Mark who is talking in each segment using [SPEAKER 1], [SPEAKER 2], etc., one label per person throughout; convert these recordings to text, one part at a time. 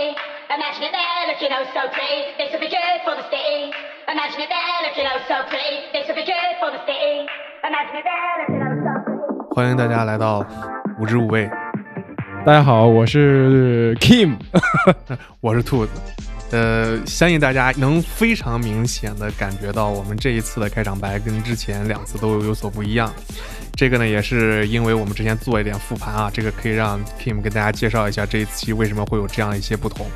[SPEAKER 1] Imagine it there looking oh so pretty. This will be good for the city. Imagine it there looking oh so pretty. This will be good for the city. Imagine it there looking oh so pretty.
[SPEAKER 2] 欢迎大家来到无知无畏，
[SPEAKER 3] 大家好，我是 Kim。
[SPEAKER 2] 我是兔子。呃，相信大家能非常明显的感觉到，我们这一次的开场白跟之前两次都有所不一样。这个呢，也是因为我们之前做一点复盘啊，这个可以让 Kim 跟大家介绍一下这一期为什么会有这样一些不同。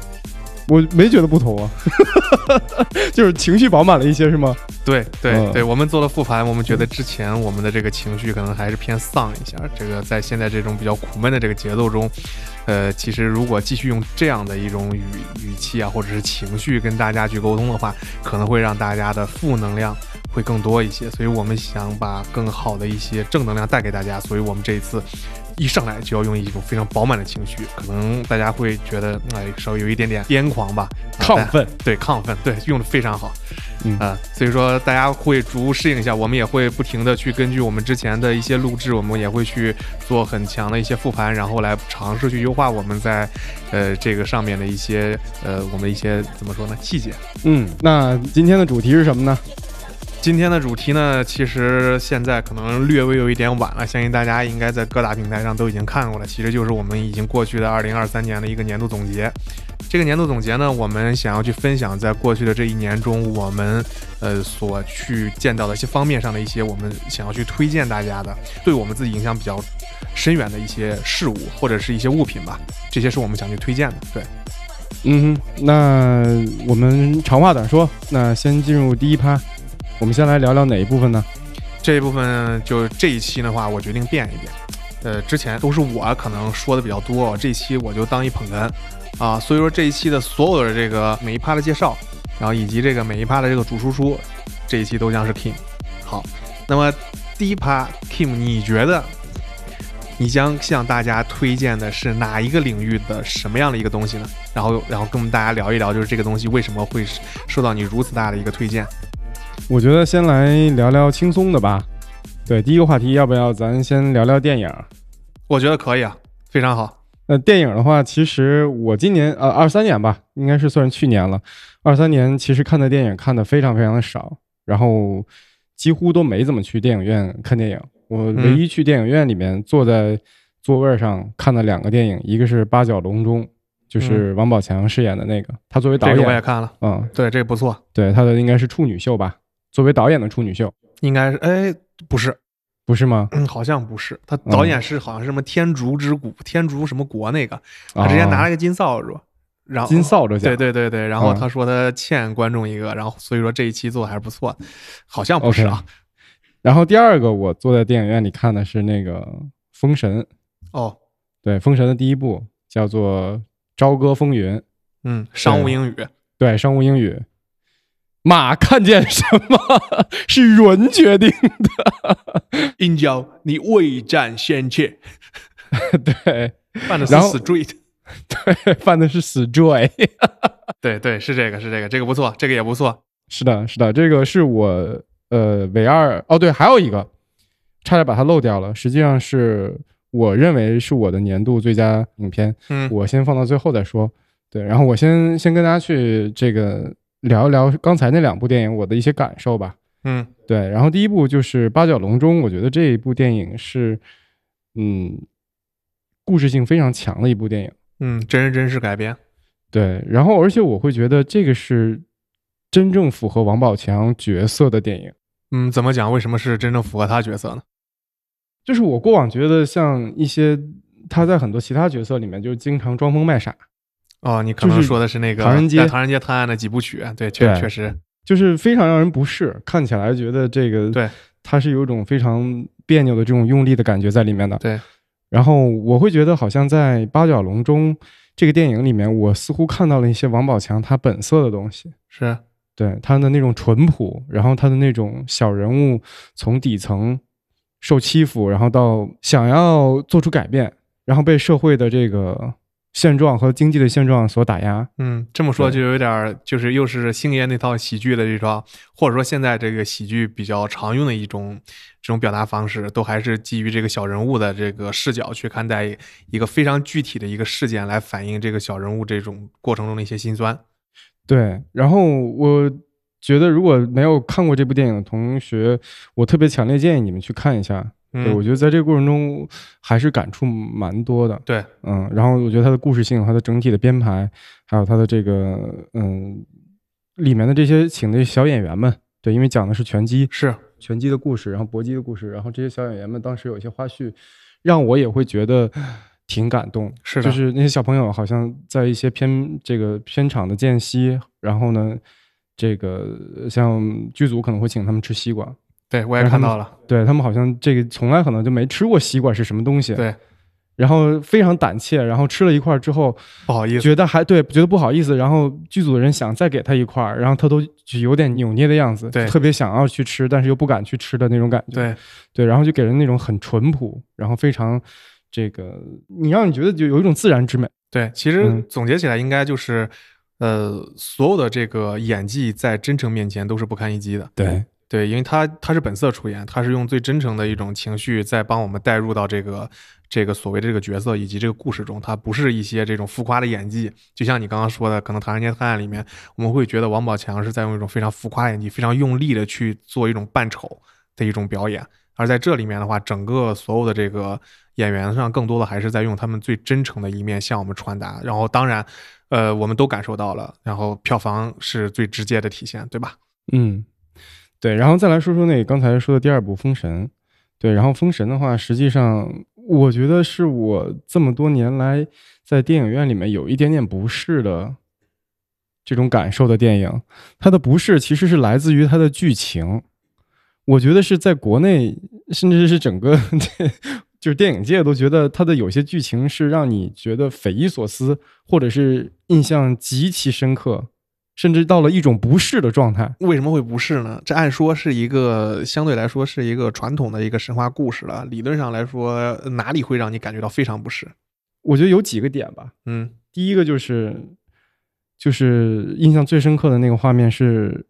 [SPEAKER 3] 我没觉得不同啊， 就是情绪饱满了一些，是吗？
[SPEAKER 2] 对对、
[SPEAKER 3] 嗯
[SPEAKER 2] 对，我们做了复盘，我们觉得之前我们的这个情绪可能还是偏丧一下。这个在现在这种比较苦闷的这个节奏中，呃，其实如果继续用这样的一种语语气啊，或者是情绪跟大家去沟通的话，可能会让大家的负能量会更多一些。所以我们想把更好的一些正能量带给大家，所以我们这一次。一上来就要用一种非常饱满的情绪，可能大家会觉得，哎，稍微有一点点癫狂吧，啊
[SPEAKER 3] 亢，奋，
[SPEAKER 2] 但对，亢奋，对，用的非常好。
[SPEAKER 3] 嗯
[SPEAKER 2] 啊、所以说大家会逐步适应一下，我们也会不停的去根据我们之前的一些录制，我们也会去做很强的一些复盘，然后来尝试去优化我们在呃这个上面的一些呃我们的一些怎么说呢细节。
[SPEAKER 3] 嗯，那今天的主题是什么呢？
[SPEAKER 2] 今天的主题呢，其实现在可能略微有一点晚了，相信大家应该在各大平台上都已经看过了。其实就是我们已经过去的二零二三年的一个年度总结。这个年度总结呢，我们想要去分享在过去的这一年中，我们呃所去见到的一些方面上的一些我们想要去推荐大家的，对我们自己影响比较深远的一些事物或者是一些物品吧，这些是我们想去推荐的。对，
[SPEAKER 3] 嗯哼，那我们长话短说，那先进入第一趴，我们先来聊聊哪一部分呢？
[SPEAKER 2] 这一部分就这一期的话，我决定变一变。呃，之前都是我可能说的比较多，这一期我就当一捧哏啊。所以说这一期的所有的这个每一趴的介绍，然后以及这个每一趴的这个主输出，这一期都将是 Kim。好，那么第一趴，Kim，你觉得你将向大家推荐的是哪一个领域的什么样的一个东西呢？然后，然后跟我们大家聊一聊，就是这个东西为什么会受到你如此大的一个推荐？
[SPEAKER 3] 我觉得先来聊聊轻松的吧。对，第一个话题，要不要咱先聊聊电影？
[SPEAKER 2] 我觉得可以啊，非常好。
[SPEAKER 3] 那呃电影的话，其实我今年呃二三年吧，应该是算是去年了。二三年其实看的电影看的非常非常的少，然后几乎都没怎么去电影院看电影。
[SPEAKER 2] 嗯
[SPEAKER 3] 我唯一去电影院里面坐在座位上看的两个电影，一个是《八角笼中》，就是王宝强饰演的那个，他作为
[SPEAKER 2] 嗯
[SPEAKER 3] 导
[SPEAKER 2] 这
[SPEAKER 3] 演
[SPEAKER 2] 个，我也看了，
[SPEAKER 3] 嗯，
[SPEAKER 2] 对，这个不错。
[SPEAKER 3] 对，他的应该是处女秀吧，作为导演的处女秀，
[SPEAKER 2] 应该是，哎，不是，
[SPEAKER 3] 不是吗？
[SPEAKER 2] 嗯，好像不是，他导演是好像是什么天竺之谷，天竺什么国那个，他
[SPEAKER 3] 啊
[SPEAKER 2] 之前拿了一个金扫帚，然后
[SPEAKER 3] 金扫帚奖，
[SPEAKER 2] 对对对对，然后
[SPEAKER 3] 嗯
[SPEAKER 2] 他说他欠观众一个，然后所以说这一期做的还是不错，好像不是啊，
[SPEAKER 3] 然后第二个我坐在电影院里看的是那个《封神》，
[SPEAKER 2] 哦，
[SPEAKER 3] 对，《封神》的第一部叫做《朝歌风云》，
[SPEAKER 2] 嗯，商务英语，
[SPEAKER 3] 对，商务英语。马看见什么是人决定，
[SPEAKER 2] 殷郊，你未战先怯，
[SPEAKER 3] 对，
[SPEAKER 2] 犯的是
[SPEAKER 3] 然后
[SPEAKER 2] street，
[SPEAKER 3] 犯的是死罪。
[SPEAKER 2] 对对，是这个是这个，这个不错，这个也不错，
[SPEAKER 3] 是的，是的，这个是我呃唯二哦，对，还有一个差点把它漏掉了，实际上是我认为是我的年度最佳影片，
[SPEAKER 2] 嗯，
[SPEAKER 3] 我先放到最后再说。对，然后我先先跟大家去这个聊一聊刚才那两部电影我的一些感受吧。
[SPEAKER 2] 嗯
[SPEAKER 3] 对，然后第一部就是《八角笼中》，我觉得这一部电影是，嗯，故事性非常强的一部电影。
[SPEAKER 2] 嗯，真人真事改编，
[SPEAKER 3] 对，然后而且我会觉得这个是真正符合王宝强角色的电影。
[SPEAKER 2] 嗯，怎么讲？为什么是真正符合他角色呢？
[SPEAKER 3] 就是我过往觉得像一些他在很多其他角色里面就经常装疯卖傻，
[SPEAKER 2] 哦，你可
[SPEAKER 3] 就
[SPEAKER 2] 能
[SPEAKER 3] 是
[SPEAKER 2] 说的是那个
[SPEAKER 3] 唐人街
[SPEAKER 2] 在唐人街探案的几部曲，对，确
[SPEAKER 3] 对嗯
[SPEAKER 2] 确实，
[SPEAKER 3] 就是非常让人不适，看起来觉得这个
[SPEAKER 2] 对，
[SPEAKER 3] 他是有一种非常别扭的这种用力的感觉在里面的。
[SPEAKER 2] 对，
[SPEAKER 3] 然后我会觉得好像在《八角笼中》这个电影里面，我似乎看到了一些王宝强他本色的东西，
[SPEAKER 2] 是，
[SPEAKER 3] 对他的那种淳朴，然后他的那种小人物从底层受欺负，然后到想要做出改变，然后被社会的这个现状和经济的现状所打压。
[SPEAKER 2] 嗯，这么说
[SPEAKER 3] 对
[SPEAKER 2] 就有点儿，就是又是星爷那套喜剧的这套，或者说现在这个喜剧比较常用的一种这种表达方式，都还是基于这个小人物的这个视角去看待一个非常具体的一个事件，来反映这个小人物这种过程中的一些辛酸。
[SPEAKER 3] 对，然后我觉得如果没有看过这部电影的同学，我特别强烈建议你们去看一下。对，
[SPEAKER 2] 嗯，
[SPEAKER 3] 我觉得在这个过程中还是感触蛮多的。
[SPEAKER 2] 对，
[SPEAKER 3] 嗯，然后我觉得它的故事性、它的整体的编排，还有它的这个嗯里面的这些请的小演员们，对，因为讲的是拳击，
[SPEAKER 2] 是，
[SPEAKER 3] 拳击的故事，然后搏击的故事，然后这些小演员们当时有一些花絮，让我也会觉得挺感动。
[SPEAKER 2] 是的
[SPEAKER 3] 就是那些小朋友好像在一些片这个片场的间隙，然后呢，这个呃像剧组可能会请他们吃西瓜，
[SPEAKER 2] 对我也
[SPEAKER 3] 让他
[SPEAKER 2] 看
[SPEAKER 3] 们
[SPEAKER 2] 到了，
[SPEAKER 3] 对他们好像这个从来可能就没吃过西瓜是什么东西，，
[SPEAKER 2] 对，
[SPEAKER 3] 然后非常胆怯，然后吃了一块儿之后，
[SPEAKER 2] 不好意思，
[SPEAKER 3] 觉得还对，觉得不好意思，然后剧组的人想再给他一块儿，然后他都就有点扭捏的样子，
[SPEAKER 2] 对
[SPEAKER 3] 特别想要去吃，但是又不敢去吃的那种感觉，
[SPEAKER 2] 对，
[SPEAKER 3] 对，然后就给人那种很淳朴，然后非常这个，你让你觉得就有一种自然之美。
[SPEAKER 2] 对，其实
[SPEAKER 3] 嗯
[SPEAKER 2] 总结起来应该就是，呃，所有的这个演技在真诚面前都是不堪一击的。
[SPEAKER 3] 对，
[SPEAKER 2] 对，因为他他是本色出演，他是用最真诚的一种情绪在帮我们带入到这个这个所谓的这个角色以及这个故事中，他不是一些这种浮夸的演技。就像你刚刚说的，可能《唐人街探案》里面，我们会觉得王宝强是在用一种非常浮夸的演技，非常用力的去做一种扮丑的一种表演，而在这里面的话，整个所有的这个演员上，更多的还是在用他们最真诚的一面向我们传达。然后，当然，呃，我们都感受到了，然后票房是最直接的体现，对吧？
[SPEAKER 3] 嗯，对，然后再来说说那个刚才说的第二部《封神》，对，然后《封神》的话，实际上我觉得是我这么多年来在电影院里面有一点点不适的这种感受的电影，它的不适其实是来自于它的剧情，我觉得是在国内甚至是整个就是电影界都觉得它的有些剧情是让你觉得匪夷所思，或者是印象极其深刻，甚至到了一种不适的状态。
[SPEAKER 2] 为什么会不是呢？这按说是一个相对来说是一个传统的一个神话故事了，理论上来说，哪里会让你感觉到非常不适？
[SPEAKER 3] 我觉得有几个点吧。
[SPEAKER 2] 嗯，
[SPEAKER 3] 第一个就是，就是印象最深刻的那个画面是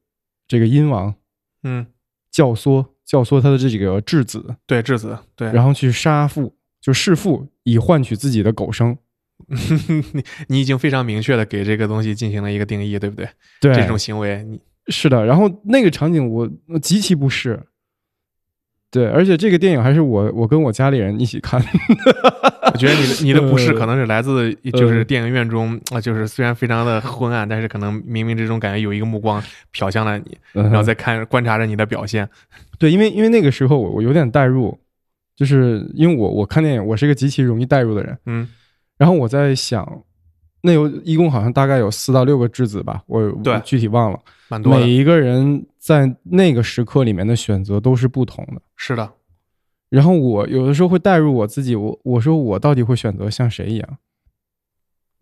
[SPEAKER 3] 这个殷王
[SPEAKER 2] 嗯，
[SPEAKER 3] 教唆教唆他的这几个质子，
[SPEAKER 2] 对，质子，对，
[SPEAKER 3] 然后去杀父，就弑父，以换取自己的狗生。
[SPEAKER 2] 你你已经非常明确的给这个东西进行了一个定义，对不对？
[SPEAKER 3] 对，
[SPEAKER 2] 这种行为，你
[SPEAKER 3] 是的。然后那个场景我我极其不适。对，而且这个电影还是我我跟我家里人一起看的。
[SPEAKER 2] 我觉得你的你的不适
[SPEAKER 3] 呃
[SPEAKER 2] 可能是来自就是
[SPEAKER 3] 呃
[SPEAKER 2] 电影院中啊、就是虽然非常的昏暗，但是可能冥冥之中感觉有一个目光瞟向了你，
[SPEAKER 3] 然
[SPEAKER 2] 然后再看观察着你的表现。
[SPEAKER 3] 对，因为因为那个时候我我有点代入，就是因为我我看电影，我是一个极其容易代入的人。
[SPEAKER 2] 嗯，
[SPEAKER 3] 然后我在想，那有一共好像大概有四到六个质子吧，我
[SPEAKER 2] 对
[SPEAKER 3] 具体忘了。
[SPEAKER 2] 蛮多
[SPEAKER 3] 每
[SPEAKER 2] 的，
[SPEAKER 3] 一个人在那个时刻里面的选择都是不同的。
[SPEAKER 2] 是的，
[SPEAKER 3] 然后我有的时候会代入我自己，我我说我到底会选择像谁一样？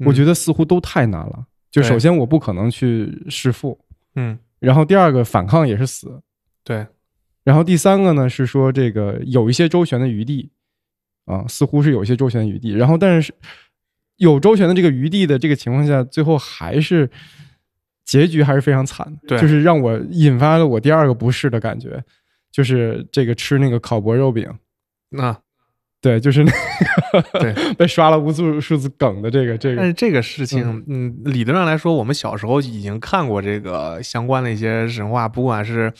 [SPEAKER 3] 我觉
[SPEAKER 2] 得，
[SPEAKER 3] 得似乎都太难了。
[SPEAKER 2] 嗯
[SPEAKER 3] 就
[SPEAKER 2] 对
[SPEAKER 3] 首先我不可能去弑父，
[SPEAKER 2] 嗯，
[SPEAKER 3] 然后第二个反抗也是死，
[SPEAKER 2] 对，
[SPEAKER 3] 然后第三个呢是说这个有一些周旋的余地啊，似乎是有一些周旋余地。然后但是有周旋的这个余地的这个情况下，最后还是结局还是非常惨的，
[SPEAKER 2] 对
[SPEAKER 3] 就是让我引发了我第二个不适的感觉，就是这个吃那个烤薄肉饼，
[SPEAKER 2] 那、
[SPEAKER 3] 对，就是那个
[SPEAKER 2] 对
[SPEAKER 3] 被刷了无数数次梗的这个这
[SPEAKER 2] 但
[SPEAKER 3] 个
[SPEAKER 2] 是这个事情，嗯，理论上来说，我们小时候已经看过这个相关的一些神话，不管是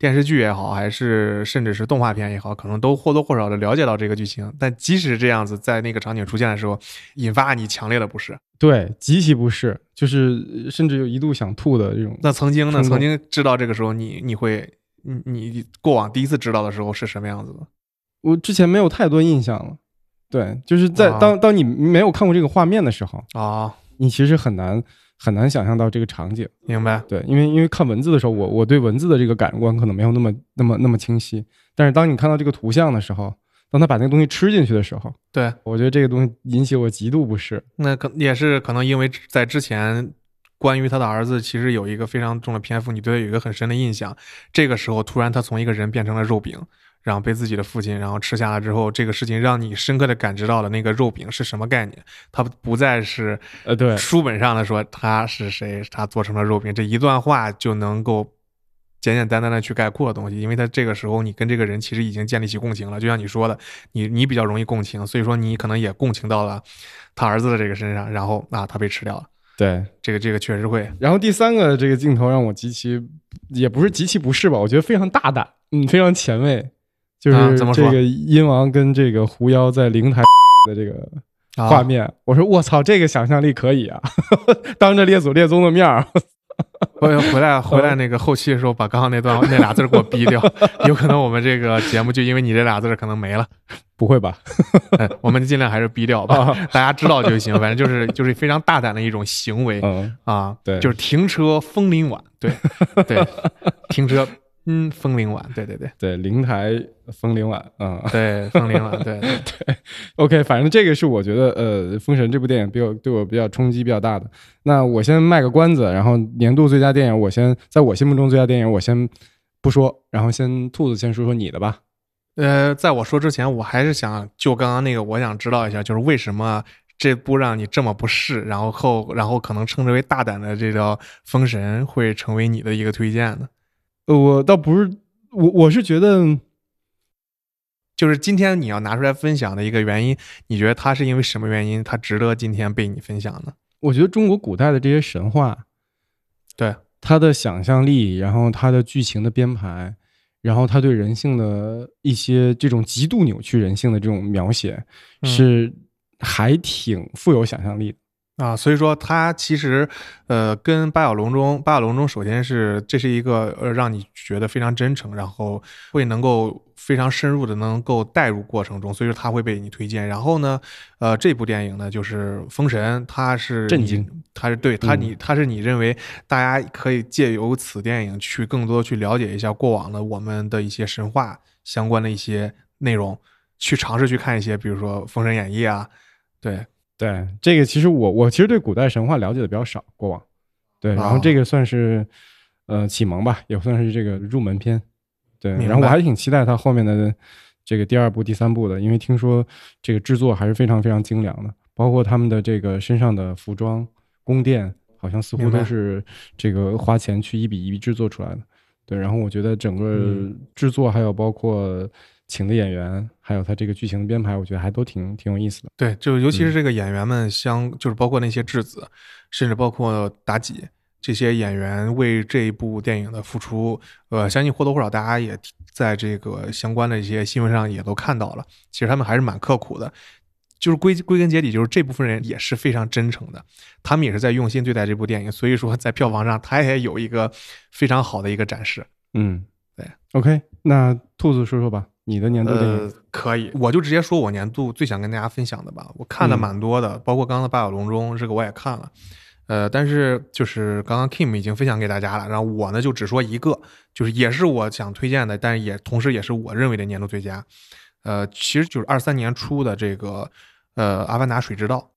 [SPEAKER 2] 电视剧也好，还是甚至是动画片也好，可能都或多或少的了解到这个剧情。但即使这样子，在那个场景出现的时候，引发你强烈的不适。
[SPEAKER 3] 对极其不适，就是甚至有一度想吐的这种。
[SPEAKER 2] 那曾经呢？
[SPEAKER 3] 冲动
[SPEAKER 2] 曾经知道这个时候你，你会，你你过往第一次知道的时候是什么样子的？
[SPEAKER 3] 我之前没有太多印象了。对，就是在
[SPEAKER 2] 啊
[SPEAKER 3] 当当你没有看过这个画面的时候，
[SPEAKER 2] 哦，
[SPEAKER 3] 你其实很难很难想象到这个场景。
[SPEAKER 2] 明白。
[SPEAKER 3] 对，因为因为看文字的时候，我我对文字的这个感官可能没有那么那么那么清晰。但是当你看到这个图像的时候，当他把那个东西吃进去的时候，
[SPEAKER 2] 对，
[SPEAKER 3] 我觉得这个东西引起我极度不适。
[SPEAKER 2] 那可也是可能因为在之前关于他的儿子，其实有一个非常重的篇幅，你对他有一个很深的印象。这个时候突然他从一个人变成了肉饼，然后被自己的父亲然后吃下了之后，这个事情让你深刻的感知到了那个肉饼是什么概念，它不再是
[SPEAKER 3] 呃对
[SPEAKER 2] 书本上的说他是谁，他做成了肉饼，这一段话就能够。简简单单的去概括的东西，因为他这个时候你跟这个人其实已经建立起共情了，就像你说的，你你比较容易共情，所以说你可能也共情到了他儿子的这个身上，然后啊他被吃掉了，
[SPEAKER 3] 对。
[SPEAKER 2] 这个这个确实会，
[SPEAKER 3] 然后第三个这个镜头让我极其，也不是极其不适吧，我觉得非常大胆，嗯，非常前卫，就是
[SPEAKER 2] 啊怎么说
[SPEAKER 3] 这个阴王跟这个狐妖在灵台 的这个
[SPEAKER 2] 啊
[SPEAKER 3] 画面，我说我操，这个想象力可以啊， 当着列祖列宗的面儿，
[SPEAKER 2] 回回来回来那个后期的时候，把刚刚那段那俩字儿给我逼 掉，有可能我们这个节目就因为你这俩字儿可能没了，
[SPEAKER 3] 不会吧？
[SPEAKER 2] 哎我们尽量还是逼掉吧，大家知道就行。反正就是就是非常大胆的一种行为
[SPEAKER 3] 嗯，
[SPEAKER 2] 啊，
[SPEAKER 3] 对
[SPEAKER 2] 就是停车风铃晚， 对对，停车嗯风铃晚，对对对
[SPEAKER 3] 对，灵台风铃晚，嗯。
[SPEAKER 2] 对风铃晚，对对
[SPEAKER 3] OK，反正这个是我觉得，呃，《封神》这部电影比我对我比较冲击比较大的。那我先卖个关子，然后年度最佳电影，我先在我心目中最佳电影我先不说，然后先兔子先说说你的吧。
[SPEAKER 2] 呃，在我说之前，我还是想就刚刚那个，我想知道一下，就是为什么这部让你这么不适，然后后然后可能称之为大胆的这条《封神》会成为你的一个推荐呢？
[SPEAKER 3] 呃，我倒不是，我我是觉得，
[SPEAKER 2] 就是今天你要拿出来分享的一个原因，你觉得它是因为什么原因，它值得今天被你分享呢？
[SPEAKER 3] 我觉得中国古代的这些神话，
[SPEAKER 2] 对，
[SPEAKER 3] 它的想象力，然后它的剧情的编排，然后它对人性的一些这种极度扭曲人性的这种描写，
[SPEAKER 2] 嗯
[SPEAKER 3] 是还挺富有想象力的。
[SPEAKER 2] 啊，所以说它其实，呃，跟八角笼中，八角笼中首先是这是一个呃让你觉得非常真诚，然后会能够非常深入的能够带入过程中，所以说它会被你推荐。然后呢，呃，这部电影呢就是《封神》，它是
[SPEAKER 3] 震
[SPEAKER 2] 你
[SPEAKER 3] 惊，嗯
[SPEAKER 2] 它是对它你它是你认为大家可以借由此电影去更多去了解一下过往的我们的一些神话相关的一些内容，去尝试去看一些，比如说《封神演义》啊，对，
[SPEAKER 3] 对，这个其实我我其实对古代神话了解的比较少，过往。对，然后
[SPEAKER 2] 啊
[SPEAKER 3] 这个算是、呃启蒙吧，也算是这个入门篇。对，
[SPEAKER 2] 明
[SPEAKER 3] 然后我
[SPEAKER 2] 白
[SPEAKER 3] 还挺期待它后面的这个第二部、第三部的，因为听说这个制作还是非常非常精良的，包括他们的这个身上的服装、宫殿，好像似乎
[SPEAKER 2] 明白
[SPEAKER 3] 都是这个花钱去一比一制作出来的。对，然后我觉得整个
[SPEAKER 2] 嗯
[SPEAKER 3] 制作还有包括请的演员，还有它这个剧情的编排，我觉得还都挺挺有意思的。
[SPEAKER 2] 对，就尤其是这个演员们相，就是包括那些质子，甚至包括妲己这些演员为这一部电影的付出，呃，相信或多或少大家也在这个相关的一些新闻上也都看到了，其实他们还是蛮刻苦的。就是归归根结底，就是这部分人也是非常真诚的，他们也是在用心对待这部电影，所以说在票房上，它也有一个非常好的一个展示。
[SPEAKER 3] 嗯，
[SPEAKER 2] 对。
[SPEAKER 3] OK，那兔子说说吧，你的年度电影。
[SPEAKER 2] 呃，可以，我就直接说我年度最想跟大家分享的吧。我看的
[SPEAKER 3] 嗯
[SPEAKER 2] 蛮多的，包括刚刚的《八角笼中》这个我也看了，呃，但是就是刚刚 Kim 已经分享给大家了，然后我呢就只说一个，就是也是我想推荐的，但是也同时也是我认为的年度最佳，呃，其实就是二三年初的这个呃《阿凡达：水之道》。呃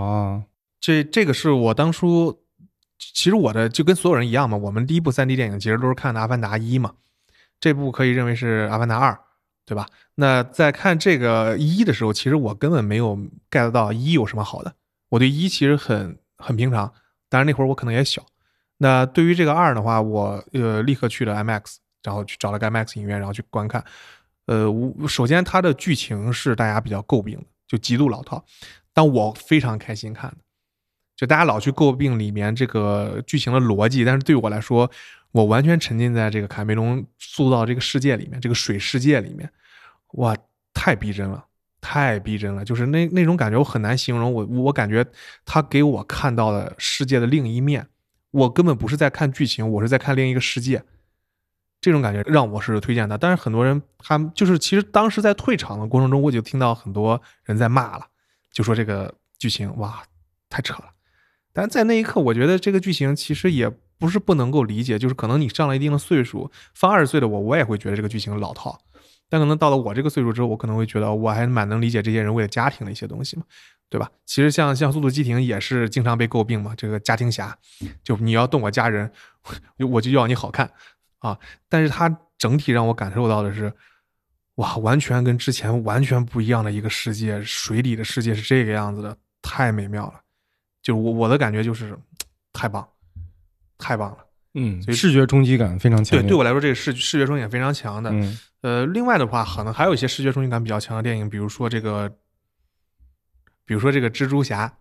[SPEAKER 3] 哦，
[SPEAKER 2] 这这个是我当初，其实我的就跟所有人一样嘛，我们第一部 3D 电影其实都是看的《阿凡达一》嘛，这部可以认为是《阿凡达二》，对吧？那在看这个一的时候，其实我根本没有 get 到一有什么好的，我对一其实很很平常，当然那会儿我可能也小。那对于这个二的话，我呃立刻去了 IMAX，然后去找了个 IMAX 影院，然后去观看。呃，我首先它的剧情是大家比较诟病的，就极度老套，但我非常开心看的。就大家老去诟病里面这个剧情的逻辑，但是对我来说，我完全沉浸在这个卡梅隆塑造这个世界里面，这个水世界里面，哇，太逼真了，太逼真了，就是那那种感觉我很难形容，我我感觉他给我看到了世界的另一面，我根本不是在看剧情，我是在看另一个世界。这种感觉让我是推荐的，但是很多人他们就是其实当时在退场的过程中，我就听到很多人在骂了，就说这个剧情哇太扯了。但在那一刻，我觉得这个剧情其实也不是不能够理解，就是可能你上了一定的岁数，放二十岁的我，我也会觉得这个剧情老套。但可能到了我这个岁数之后，我可能会觉得我还蛮能理解这些人为了家庭的一些东西嘛，对吧？其实像像《速度与激情》也是经常被诟病嘛，这个家庭侠，就你要动我家人， 我就我就要你好看啊。但是它整体让我感受到的是，哇，完全跟之前完全不一样的一个世界，水里的世界是这个样子的，太美妙了。就是我我的感觉就是嘖太棒，太棒了。
[SPEAKER 3] 嗯
[SPEAKER 2] 所以
[SPEAKER 3] 视觉冲击感非常强
[SPEAKER 2] 对，
[SPEAKER 3] 烈。
[SPEAKER 2] 对我来说，这个视视觉冲击感非常强的。
[SPEAKER 3] 嗯
[SPEAKER 2] 呃，另外的话，可能还有一些视觉冲击感比较强的电影，比如说这个，比如说这个蜘蛛侠，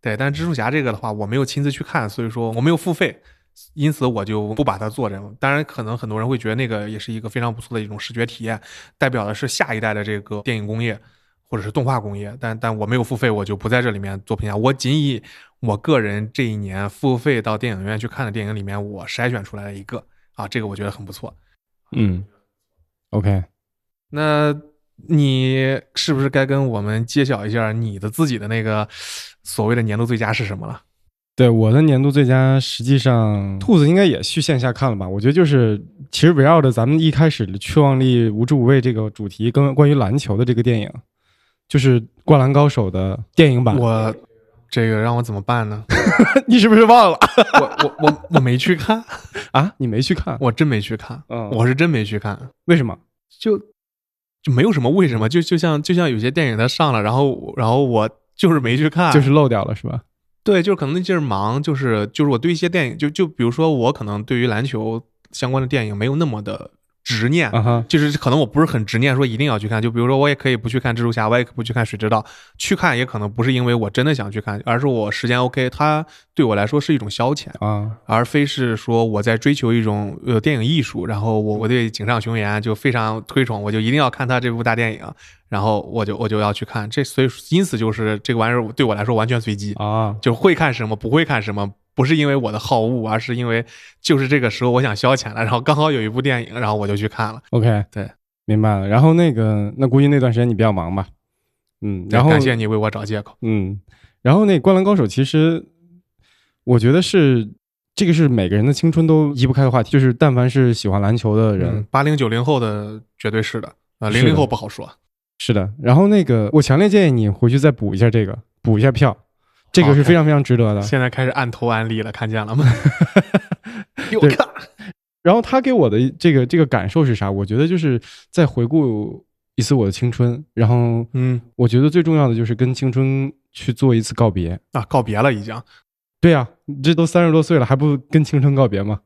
[SPEAKER 2] 对，但是蜘蛛侠这个的话，我没有亲自去看，所以说我没有付费，因此我就不把它做这种。当然，可能很多人会觉得那个也是一个非常不错的一种视觉体验，代表的是下一代的这个电影工业或者是动画工业，但但我没有付费，我就不在这里面做评价。我仅以我个人这一年付费到电影院去看的电影里面，我筛选出来了一个啊，这个我觉得很不错。
[SPEAKER 3] 嗯，OK，
[SPEAKER 2] 那你是不是该跟我们揭晓一下你的自己的那个所谓的年度最佳是什么了？
[SPEAKER 3] 对我的年度最佳，实际上兔子应该也去线下看了吧？我觉得就是其实围绕着咱们一开始的去望力无知无畏这个主题，跟关于篮球的这个电影，就是《灌篮高手》的电影版。
[SPEAKER 2] 我这个让我怎么办呢？
[SPEAKER 3] 你是不是 忘了
[SPEAKER 2] 我我我我没去看，
[SPEAKER 3] 啊？你没去看？
[SPEAKER 2] 我真没去看，
[SPEAKER 3] 嗯
[SPEAKER 2] 我是真没去看，
[SPEAKER 3] 为什么？
[SPEAKER 2] 就就没有什么为什么，就就像就像有些电影它上了，然后我然后我就是没去看，
[SPEAKER 3] 就是漏掉了是吧？
[SPEAKER 2] 对，就是可能那阵儿忙，就是就是我对一些电影，就就比如说我可能对于篮球相关的电影没有那么的执念，
[SPEAKER 3] 啊哈，
[SPEAKER 2] 就是可能我不是很执念说一定要去看，就比如说我也可以不去看蜘蛛侠，我也可以不去看水之道，去看也可能不是因为我真的想去看，而是我时间 OK，它对我来说是一种消遣，
[SPEAKER 3] 啊，
[SPEAKER 2] 而非是说我在追求一种呃电影艺术，然后我我对井上雄彦啊就非常推崇，我就一定要看他这部大电影，啊然后我就我就要去看，这所以因此就是这个玩意儿对我来说完全随机，
[SPEAKER 3] 啊，
[SPEAKER 2] 就会看什么不会看什么。不是因为我的好恶，而是因为就是这个时候我想消遣了，然后刚好有一部电影，然后我就去看了。
[SPEAKER 3] OK，
[SPEAKER 2] 对，
[SPEAKER 3] 明白了。然后那个，那估计那段时间你比较忙吧？嗯，然后
[SPEAKER 2] 感谢你为我找借口。
[SPEAKER 3] 嗯，然后那《灌篮高手》其实我觉得是这个是每个人的青春都移不开的话题，就是但凡是喜欢篮球的人，
[SPEAKER 2] 嗯，八零九零后的绝对是的，啊，
[SPEAKER 3] 是
[SPEAKER 2] 零
[SPEAKER 3] 的
[SPEAKER 2] 零后不好说。
[SPEAKER 3] 是的。然后那个，我强烈建议你回去再补一下这个，补一下票，这个
[SPEAKER 2] 好
[SPEAKER 3] 是
[SPEAKER 2] 看
[SPEAKER 3] 非常非常值得的。
[SPEAKER 2] 现在开始按头安利了，看见了吗？又
[SPEAKER 3] 对
[SPEAKER 2] 看，
[SPEAKER 3] 然后他给我的这个这个感受是啥？我觉得就是再回顾一次我的青春，然后
[SPEAKER 2] 嗯
[SPEAKER 3] 我觉得最重要的就是跟青春去做一次告别。
[SPEAKER 2] 啊，告别了已经，
[SPEAKER 3] 对呀、你这都三十多岁了，还不跟青春告别吗？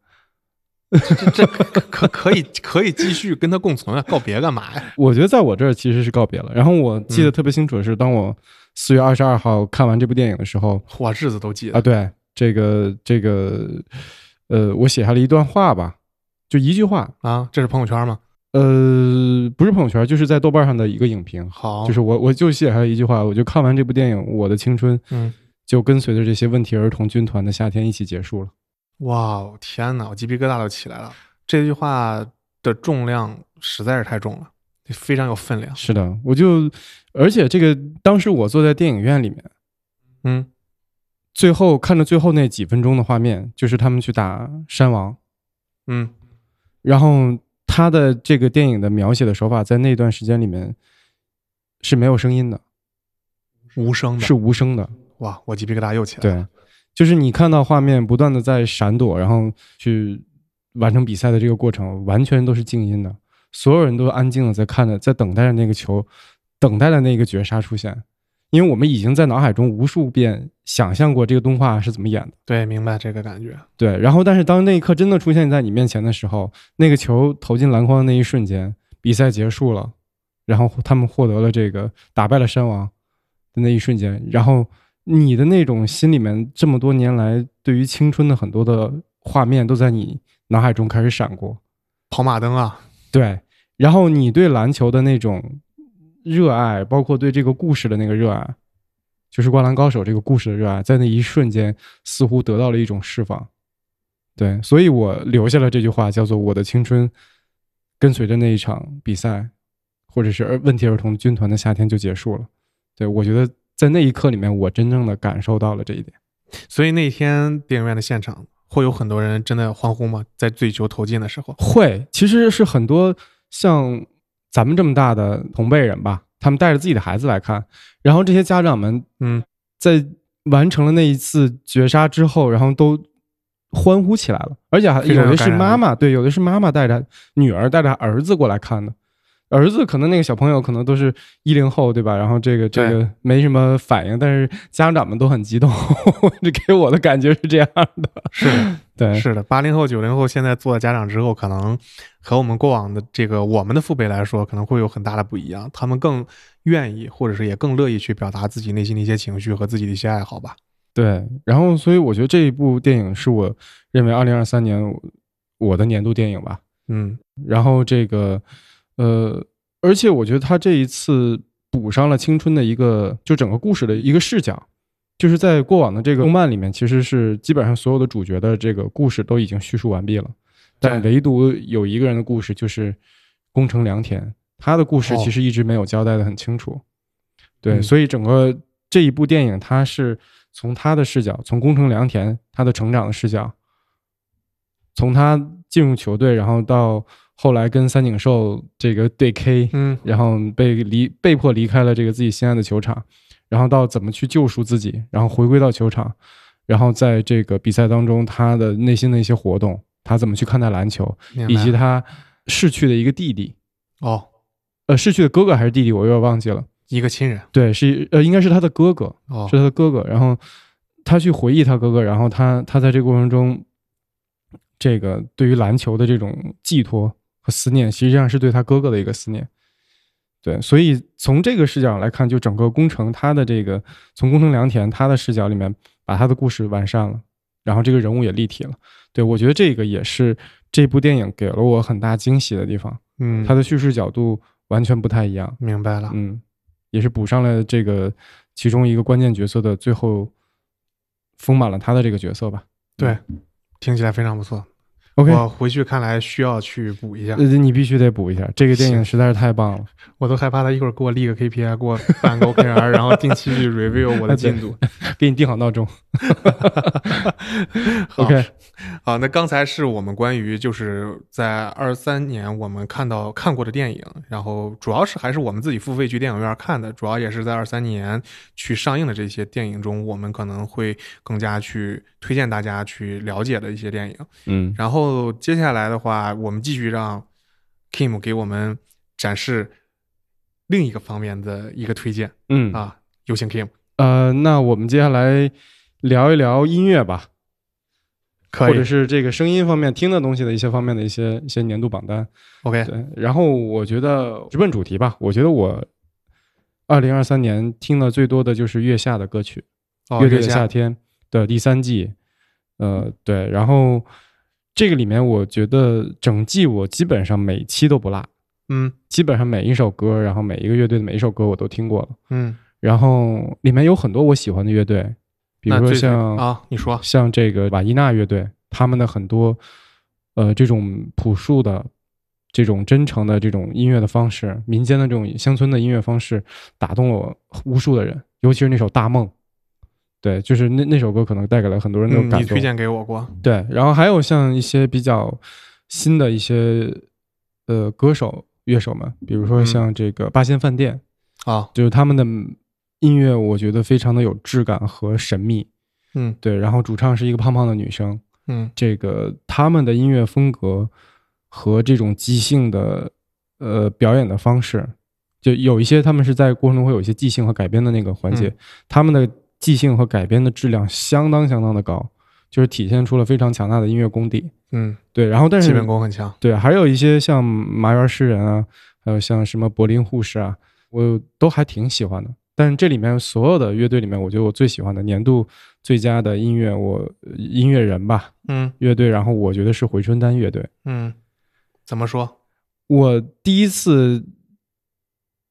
[SPEAKER 2] 这这可可可以可以继续跟他共存啊，告别干嘛呀？
[SPEAKER 3] 我觉得在我这儿其实是告别了。然后我记得
[SPEAKER 2] 嗯
[SPEAKER 3] 特别清楚的是，当我四月二十二号看完这部电影的时候，
[SPEAKER 2] 我日子都记得，
[SPEAKER 3] 啊，对这个这个，呃，我写下了一段话吧，就一句话，
[SPEAKER 2] 啊，这是朋友圈吗？
[SPEAKER 3] 呃，不是朋友圈，就是在豆瓣上的一个影评，
[SPEAKER 2] 好，
[SPEAKER 3] 就是我我就写下了一句话，我就看完这部电影，我的青春
[SPEAKER 2] 嗯，
[SPEAKER 3] 就跟随着这些问题儿童军团的夏天一起结束了。
[SPEAKER 2] 哇哦，天哪，我鸡皮疙瘩都起来了。这句话的重量实在是太重了，非常有分量。
[SPEAKER 3] 是的，我就，而且这个当时我坐在电影院里面。
[SPEAKER 2] 嗯，
[SPEAKER 3] 最后看着最后那几分钟的画面，就是他们去打山王，
[SPEAKER 2] 嗯，
[SPEAKER 3] 然后他的这个电影的描写的手法，在那段时间里面是没有声音的，
[SPEAKER 2] 无声的
[SPEAKER 3] 是，无声的。
[SPEAKER 2] 哇，我鸡皮疙瘩又起来了。
[SPEAKER 3] 对，就是你看到画面不断的在闪躲，然后去完成比赛的这个过程，完全都是静音的，所有人都安静的在看着，在等待着那个球，等待着那个绝杀出现。因为我们已经在脑海中无数遍想象过这个动画是怎么演的。
[SPEAKER 2] 对，明白这个感觉。
[SPEAKER 3] 对，然后但是当那一刻真的出现在你面前的时候，那个球投进篮筐的那一瞬间，比赛结束了，然后他们获得了这个打败了山王的那一瞬间，然后你的那种心里面这么多年来对于青春的很多的画面都在你脑海中开始闪过，
[SPEAKER 2] 跑马灯啊，
[SPEAKER 3] 对，然后你对篮球的那种热爱，包括对这个故事的那个热爱，就是《灌篮高手》这个故事的热爱，在那一瞬间似乎得到了一种释放。对，所以我留下了这句话，叫做“我的青春跟随着那一场比赛，或者是儿问题儿童军团的夏天就结束了”对。我觉得在那一刻里面，我真正的感受到了这一点。
[SPEAKER 2] 所以那天电影院的现场会有很多人真的欢呼吗？在最球投进的时候，
[SPEAKER 3] 会，其实是很多像咱们这么大的同辈人吧，他们带着自己的孩子来看，然后这些家长们
[SPEAKER 2] 嗯，
[SPEAKER 3] 在完成了那一次绝杀之后，然后都欢呼起来了，而且还
[SPEAKER 2] 非常
[SPEAKER 3] 有
[SPEAKER 2] 有
[SPEAKER 3] 的
[SPEAKER 2] 感
[SPEAKER 3] 是
[SPEAKER 2] 染力
[SPEAKER 3] 妈妈，对，有的是妈妈带着女儿带着儿子过来看的，儿子可能那个小朋友可能都是一零后，对吧？然后这个这个没什么反应，但是家长们都很激动， 这给我的感觉是这样的。
[SPEAKER 2] 是的
[SPEAKER 3] 对，
[SPEAKER 2] 是的，八零后、九零后现在做了家长之后，可能和我们过往的这个我们的父辈来说，可能会有很大的不一样。他们更愿意，或者是也更乐意去表达自己内心的一些情绪和自己的一些爱好吧。
[SPEAKER 3] 对，然后所以我觉得这一部电影是我认为二零二三年我我的年度电影吧。
[SPEAKER 2] 嗯，
[SPEAKER 3] 然后这个，呃，而且我觉得他这一次补上了青春的一个，就整个故事的一个视角，就是在过往的这个动漫里面，其实是基本上所有的主角的这个故事都已经叙述完毕了，但
[SPEAKER 2] 对
[SPEAKER 3] 唯独有一个人的故事就是宫城良田，他的故事
[SPEAKER 2] 哦
[SPEAKER 3] 其实一直没有交代的很清楚。对，
[SPEAKER 2] 嗯
[SPEAKER 3] 所以整个这一部电影，它是从他的视角，从宫城良田他的成长的视角，从他进入球队，然后到后来跟三井寿这个对 K，
[SPEAKER 2] 嗯，
[SPEAKER 3] 然后被离被迫离开了这个自己心爱的球场，然后到怎么去救赎自己，然后回归到球场，然后在这个比赛当中他的内心的一些活动，他怎么去看待篮球，
[SPEAKER 2] 明白
[SPEAKER 3] 以及他逝去的一个弟弟，
[SPEAKER 2] 哦，
[SPEAKER 3] 呃，逝去的哥哥还是弟弟，我有点忘记了。
[SPEAKER 2] 一个亲人
[SPEAKER 3] 对，是呃，应该是他的哥哥，
[SPEAKER 2] 哦
[SPEAKER 3] 是，他的哥哥。然后他去回忆他哥哥，然后他他在这个过程中，这个对于篮球的这种寄托和思念，实际上是对他哥哥的一个思念。对，所以从这个视角上来看，就整个工程他的这个从工程良田他的视角里面，把他的故事完善了，然后这个人物也立体了。对我觉得这个也是这部电影给了我很大惊喜的地方，
[SPEAKER 2] 嗯，
[SPEAKER 3] 它的叙事角度完全不太一样。
[SPEAKER 2] 明白了。
[SPEAKER 3] 嗯，也是补上了这个其中一个关键角色的最后丰满了他的这个角色吧。
[SPEAKER 2] 对，听起来非常不错。
[SPEAKER 3] OK，
[SPEAKER 2] 我回去看来需要去补一下
[SPEAKER 3] 呃，，你必须得补一下，这个电影实在是太棒了。
[SPEAKER 2] 我都害怕他一会儿给我立个 KPI，给我办个 OKR，然后定期去 review 我的进度。
[SPEAKER 3] 给你定好闹钟。
[SPEAKER 2] 好
[SPEAKER 3] OK，
[SPEAKER 2] 好，那刚才是我们关于就是在二三年我们看到看过的电影，然后主要是还是我们自己付费去电影院看的，主要也是在二三年去上映的这些电影中，我们可能会更加去推荐大家去了解的一些电影。
[SPEAKER 3] 嗯，
[SPEAKER 2] 然后接下来的话，我们继续让 Kim 给我们展示另一个方面的一个推荐
[SPEAKER 3] 嗯
[SPEAKER 2] 啊，有请 Kim，
[SPEAKER 3] 呃，那我们接下来聊一聊音乐吧，
[SPEAKER 2] 可
[SPEAKER 3] 或
[SPEAKER 2] 以
[SPEAKER 3] 者是这个声音方面听的东西的一些方面的一些一些年度榜单。
[SPEAKER 2] ，OK，
[SPEAKER 3] 对，然后我觉得直奔主题吧，我觉得我二零二三年听的最多的就是月下的歌曲。
[SPEAKER 2] 哦，
[SPEAKER 3] 乐队的
[SPEAKER 2] 月嗯
[SPEAKER 3] 夏天》的第三季，呃，对，然后这个里面我觉得整季我基本上每期都不落，
[SPEAKER 2] 嗯
[SPEAKER 3] 基本上每一首歌，然后每一个乐队的每一首歌我都听过了，
[SPEAKER 2] 嗯，
[SPEAKER 3] 然后里面有很多我喜欢的乐队，比如
[SPEAKER 2] 那
[SPEAKER 3] 说
[SPEAKER 2] 最
[SPEAKER 3] 像
[SPEAKER 2] 啊，你说，
[SPEAKER 3] 像这个瓦伊纳乐队，他们的很多呃这种朴素的、这种真诚的这种音乐的方式，民间的这种乡村的音乐方式，打动了我无数的人，尤其是那首《大梦》。对，就是那那首歌可能带给了很多人的
[SPEAKER 2] 嗯，
[SPEAKER 3] 感动。
[SPEAKER 2] 你推荐给我过，
[SPEAKER 3] 对，然后还有像一些比较新的一些呃歌手、乐手们，比如说
[SPEAKER 2] 嗯
[SPEAKER 3] 像这个八仙饭店，
[SPEAKER 2] 啊，
[SPEAKER 3] 就是他们的音乐，我觉得非常的有质感和神秘。
[SPEAKER 2] 嗯
[SPEAKER 3] 对，然后主唱是一个胖胖的女生，
[SPEAKER 2] 嗯
[SPEAKER 3] 这个他们的音乐风格和这种即兴的呃表演的方式，就有一些他们是在过程中会有一些即兴和改编的那个环节，
[SPEAKER 2] 嗯
[SPEAKER 3] 他们的即兴和改编的质量相当相当的高，就是体现出了非常强大的音乐功底。
[SPEAKER 2] 嗯，
[SPEAKER 3] 对，然后但
[SPEAKER 2] 基
[SPEAKER 3] 是
[SPEAKER 2] 本功很强，
[SPEAKER 3] 对，还有一些像麻园诗人啊，还有像什么柏林护士啊，我都还挺喜欢的。但是这里面所有的乐队里面，我觉得我最喜欢的年度最佳的音乐，我音乐人吧，
[SPEAKER 2] 嗯
[SPEAKER 3] 乐队，然后我觉得是回春丹乐队。
[SPEAKER 2] 嗯，怎么说？
[SPEAKER 3] 我第一次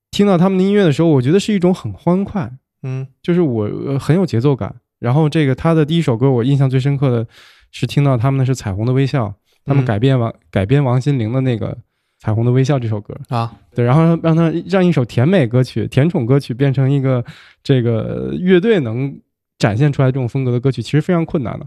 [SPEAKER 3] 听到他们的音乐的时候，我觉得是一种很欢快，
[SPEAKER 2] 嗯
[SPEAKER 3] 就是我、呃很有节奏感。然后这个他的第一首歌，我印象最深刻的是听到他们的是《彩虹的微笑》，他们
[SPEAKER 2] 嗯
[SPEAKER 3] 改编王、改编王心凌的那个《彩虹的微笑》这首歌，
[SPEAKER 2] 啊，
[SPEAKER 3] 对，然后让他让一首甜美歌曲、甜宠歌曲变成一个这个乐队能展现出来这种风格的歌曲，其实非常困难的。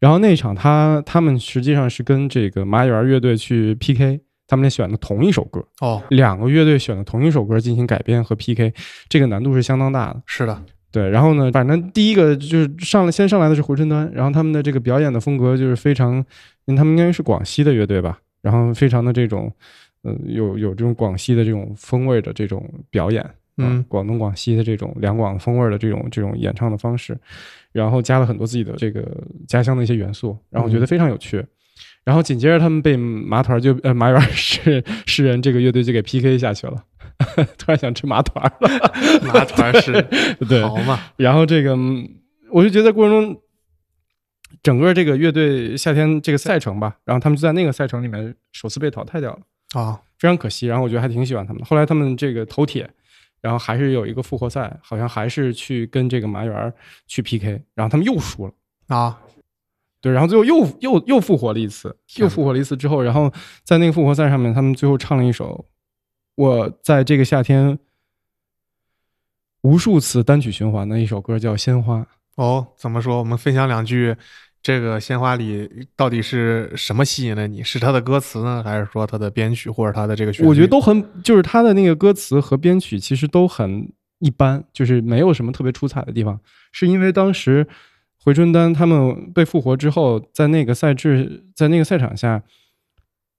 [SPEAKER 3] 然后那一场他他们实际上是跟这个麻园乐队去 PK，他们俩选的同一首歌，
[SPEAKER 2] 哦，
[SPEAKER 3] 两个乐队选的同一首歌进行改编和 PK，这个难度是相当大的。
[SPEAKER 2] 是的，
[SPEAKER 3] 对，然后呢，反正第一个就是上来先上来的是回春丹，然后他们的这个表演的风格就是非常，嗯他们应该是广西的乐队吧，然后非常的这种，呃，有有这种广西的这种风味的这种表演，
[SPEAKER 2] 嗯
[SPEAKER 3] 啊广东广西的这种两广风味的这种这种演唱的方式，然后加了很多自己的这个家乡的一些元素，然后我觉得非常有趣。然后紧接着他们被麻团儿就呃麻园儿 诗诗人这个乐队就给 PK 下去了， 突然想吃麻团儿了，
[SPEAKER 2] 麻团儿是
[SPEAKER 3] 啊 对，
[SPEAKER 2] 好嘛，
[SPEAKER 3] 然后这个，嗯我就觉得过程中，整个这个乐队夏天这个赛程吧，然后他们就在那个赛程里面首次被淘汰掉了，
[SPEAKER 2] 啊，
[SPEAKER 3] 非常可惜。然后我觉得还挺喜欢他们的。后来他们这个头铁，然后还是有一个复活赛，好像还是去跟这个麻园儿去 PK，然后他们又输了。
[SPEAKER 2] 啊，
[SPEAKER 3] 对，然后最后又又又复活了一次，又复活了一次之后，然后在那个复活赛上面，他们最后唱了一首我在这个夏天无数次单曲循环的一首歌，叫《鲜花》。
[SPEAKER 2] 哦，怎么说？我们分享两句，这个鲜花里到底是什么吸引了你？是它的歌词呢，还是说它的编曲或者它的这个旋律？
[SPEAKER 3] 我觉得都很，就是他的那个歌词和编曲其实都很一般，就是没有什么特别出彩的地方。是因为当时回春丹他们被复活之后，在那个赛制，在那个赛场下，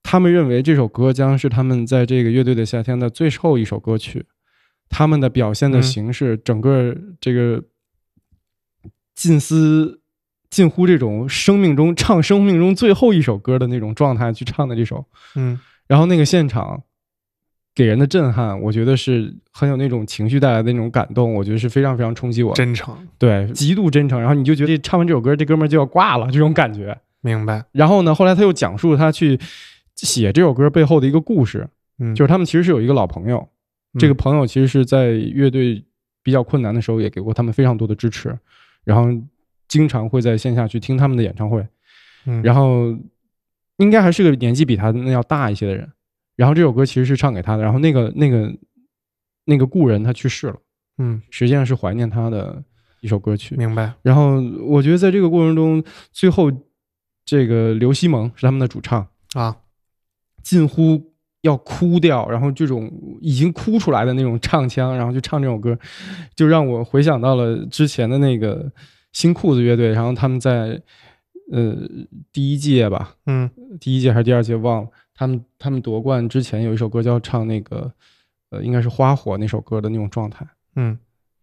[SPEAKER 3] 他们认为这首歌将是他们在这个乐队的夏天的最后一首歌曲。他们的表现的
[SPEAKER 2] 嗯
[SPEAKER 3] 形式，整个这个近似近乎这种生命中唱生命中最后一首歌的那种状态去唱的这首，
[SPEAKER 2] 嗯，
[SPEAKER 3] 然后那个现场给人的震撼，我觉得是很有那种情绪带来的那种感动，我觉得是非常非常冲击我的，
[SPEAKER 2] 真诚，
[SPEAKER 3] 对，极度真诚。然后你就觉得唱完这首歌，这哥们儿就要挂了这种感觉。
[SPEAKER 2] 明白，
[SPEAKER 3] 然后呢，后来他又讲述他去写这首歌背后的一个故事，
[SPEAKER 2] 嗯，
[SPEAKER 3] 就是他们其实是有一个老朋友，这个朋友其实是在乐队比较困难的时候也给过他们非常多的支持，然后经常会在线下去听他们的演唱会。
[SPEAKER 2] 嗯，
[SPEAKER 3] 然后应该还是个年纪比他那要大一些的人。然后这首歌其实是唱给他的，然后那个那个那个故人他去世了，
[SPEAKER 2] 嗯，
[SPEAKER 3] 实际上是怀念他的一首歌曲。
[SPEAKER 2] 明白，
[SPEAKER 3] 然后我觉得在这个过程中，最后这个刘西蒙是他们的主唱，
[SPEAKER 2] 啊，
[SPEAKER 3] 近乎要哭掉，然后这种已经哭出来的那种唱腔，然后就唱这首歌，就让我回想到了之前的那个新裤子乐队，然后他们在呃第一届吧，
[SPEAKER 2] 嗯，
[SPEAKER 3] 第一届还是第二届忘了，他们他们夺冠之前有一首歌叫唱那个，呃，应该是《花火》那首歌的那种状态，
[SPEAKER 2] 嗯，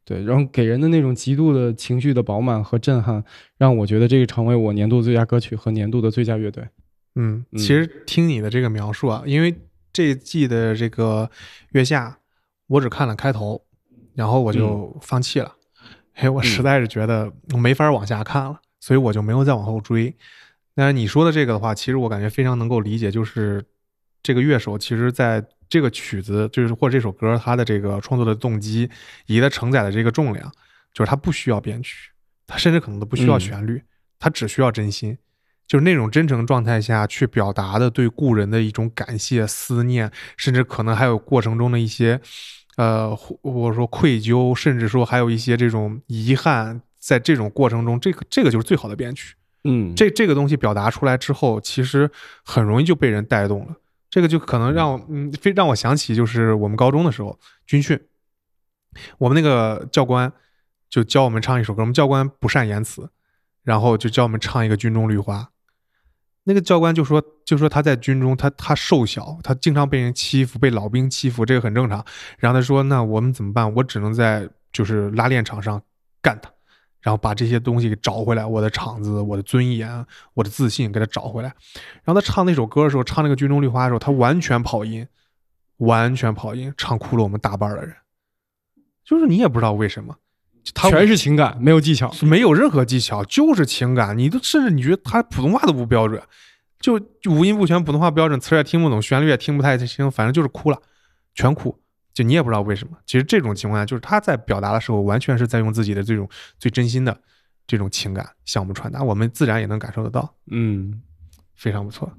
[SPEAKER 3] 对，然后给人的那种极度的情绪的饱满和震撼，让我觉得这个成为我年度最佳歌曲和年度的最佳乐队。
[SPEAKER 2] 嗯，
[SPEAKER 3] 嗯
[SPEAKER 2] 其实听你的这个描述啊，因为这一季的这个月下，我只看了开头，然后我就放弃了，因为我实在是觉得我没法往下看了，所以我就没有再往后追。但是你说的这个的话，其实我感觉非常能够理解，就是这个乐手其实在这个曲子，就是或者这首歌它的这个创作的动机以及它承载的这个重量，就是它不需要编曲，它甚至可能都不需要
[SPEAKER 3] 嗯
[SPEAKER 2] 旋律，它只需要真心。就是那种真诚状态下去表达的对故人的一种感谢、思念，甚至可能还有过程中的一些，呃，或或者说愧疚，甚至说还有一些这种遗憾，在这种过程中，这个这个就是最好的编曲。
[SPEAKER 3] 嗯，
[SPEAKER 2] 这这个东西表达出来之后，其实很容易就被人带动了。这个就可能让我嗯，非让我想起就是我们高中的时候军训，我们那个教官就教我们唱一首歌，我们教官不善言辞，然后就教我们唱一个《军中绿花》。那个教官就说，就说他在军中，他他瘦小，他经常被人欺负，被老兵欺负，这个很正常。然后他说，那我们怎么办？我只能在就是拉练场上干他。然后把这些东西给找回来，我的场子、我的尊严、我的自信给他找回来。然后他唱那首歌的时候，唱那个《军中绿花》的时候，他完全跑音，完全跑音，唱哭了我们大半儿的人。就是你也不知道为什么，就他
[SPEAKER 3] 全是情感，没有技巧。
[SPEAKER 2] 没有任何技巧，就是情感。你都甚至你觉得他普通话都不标准，就就五音不全，普通话标准，词儿也听不懂，旋律也听不太清，反正就是哭了，全哭。就你也不知道为什么。其实这种情况下，就是他在表达的时候，完全是在用自己的这种最真心的这种情感向我们传达，我们自然也能感受得到，
[SPEAKER 3] 嗯
[SPEAKER 2] 非常不错。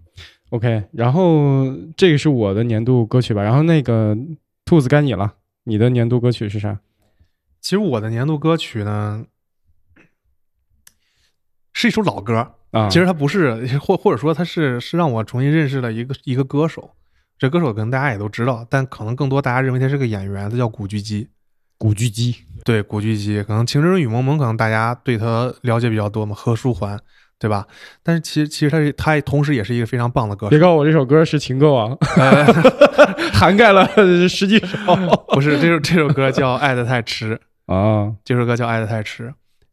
[SPEAKER 3] ，OK，然后这个是我的年度歌曲吧，然后那个兔子该你了，你的年度歌曲是啥？
[SPEAKER 2] 其实我的年度歌曲呢，是一首老歌，
[SPEAKER 3] 啊，
[SPEAKER 2] 其实他不是，或或者说他是是让我重新认识了一个一个歌手。这歌手可能大家也都知道，但可能更多大家认为他是个演员，他叫古巨基。
[SPEAKER 3] 古巨基，
[SPEAKER 2] 对古巨基，可能《情深深雨蒙蒙》可能大家对他了解比较多嘛，何书桓，对吧？但是其实其实他是他同时也是一个非常棒的歌手
[SPEAKER 3] 别，告诉我这首歌是情歌王，
[SPEAKER 2] 呃
[SPEAKER 3] 涵盖了十几 首
[SPEAKER 2] 不是这首这首歌叫《爱的太迟》，
[SPEAKER 3] 啊。
[SPEAKER 2] 这首歌叫《爱的太迟》，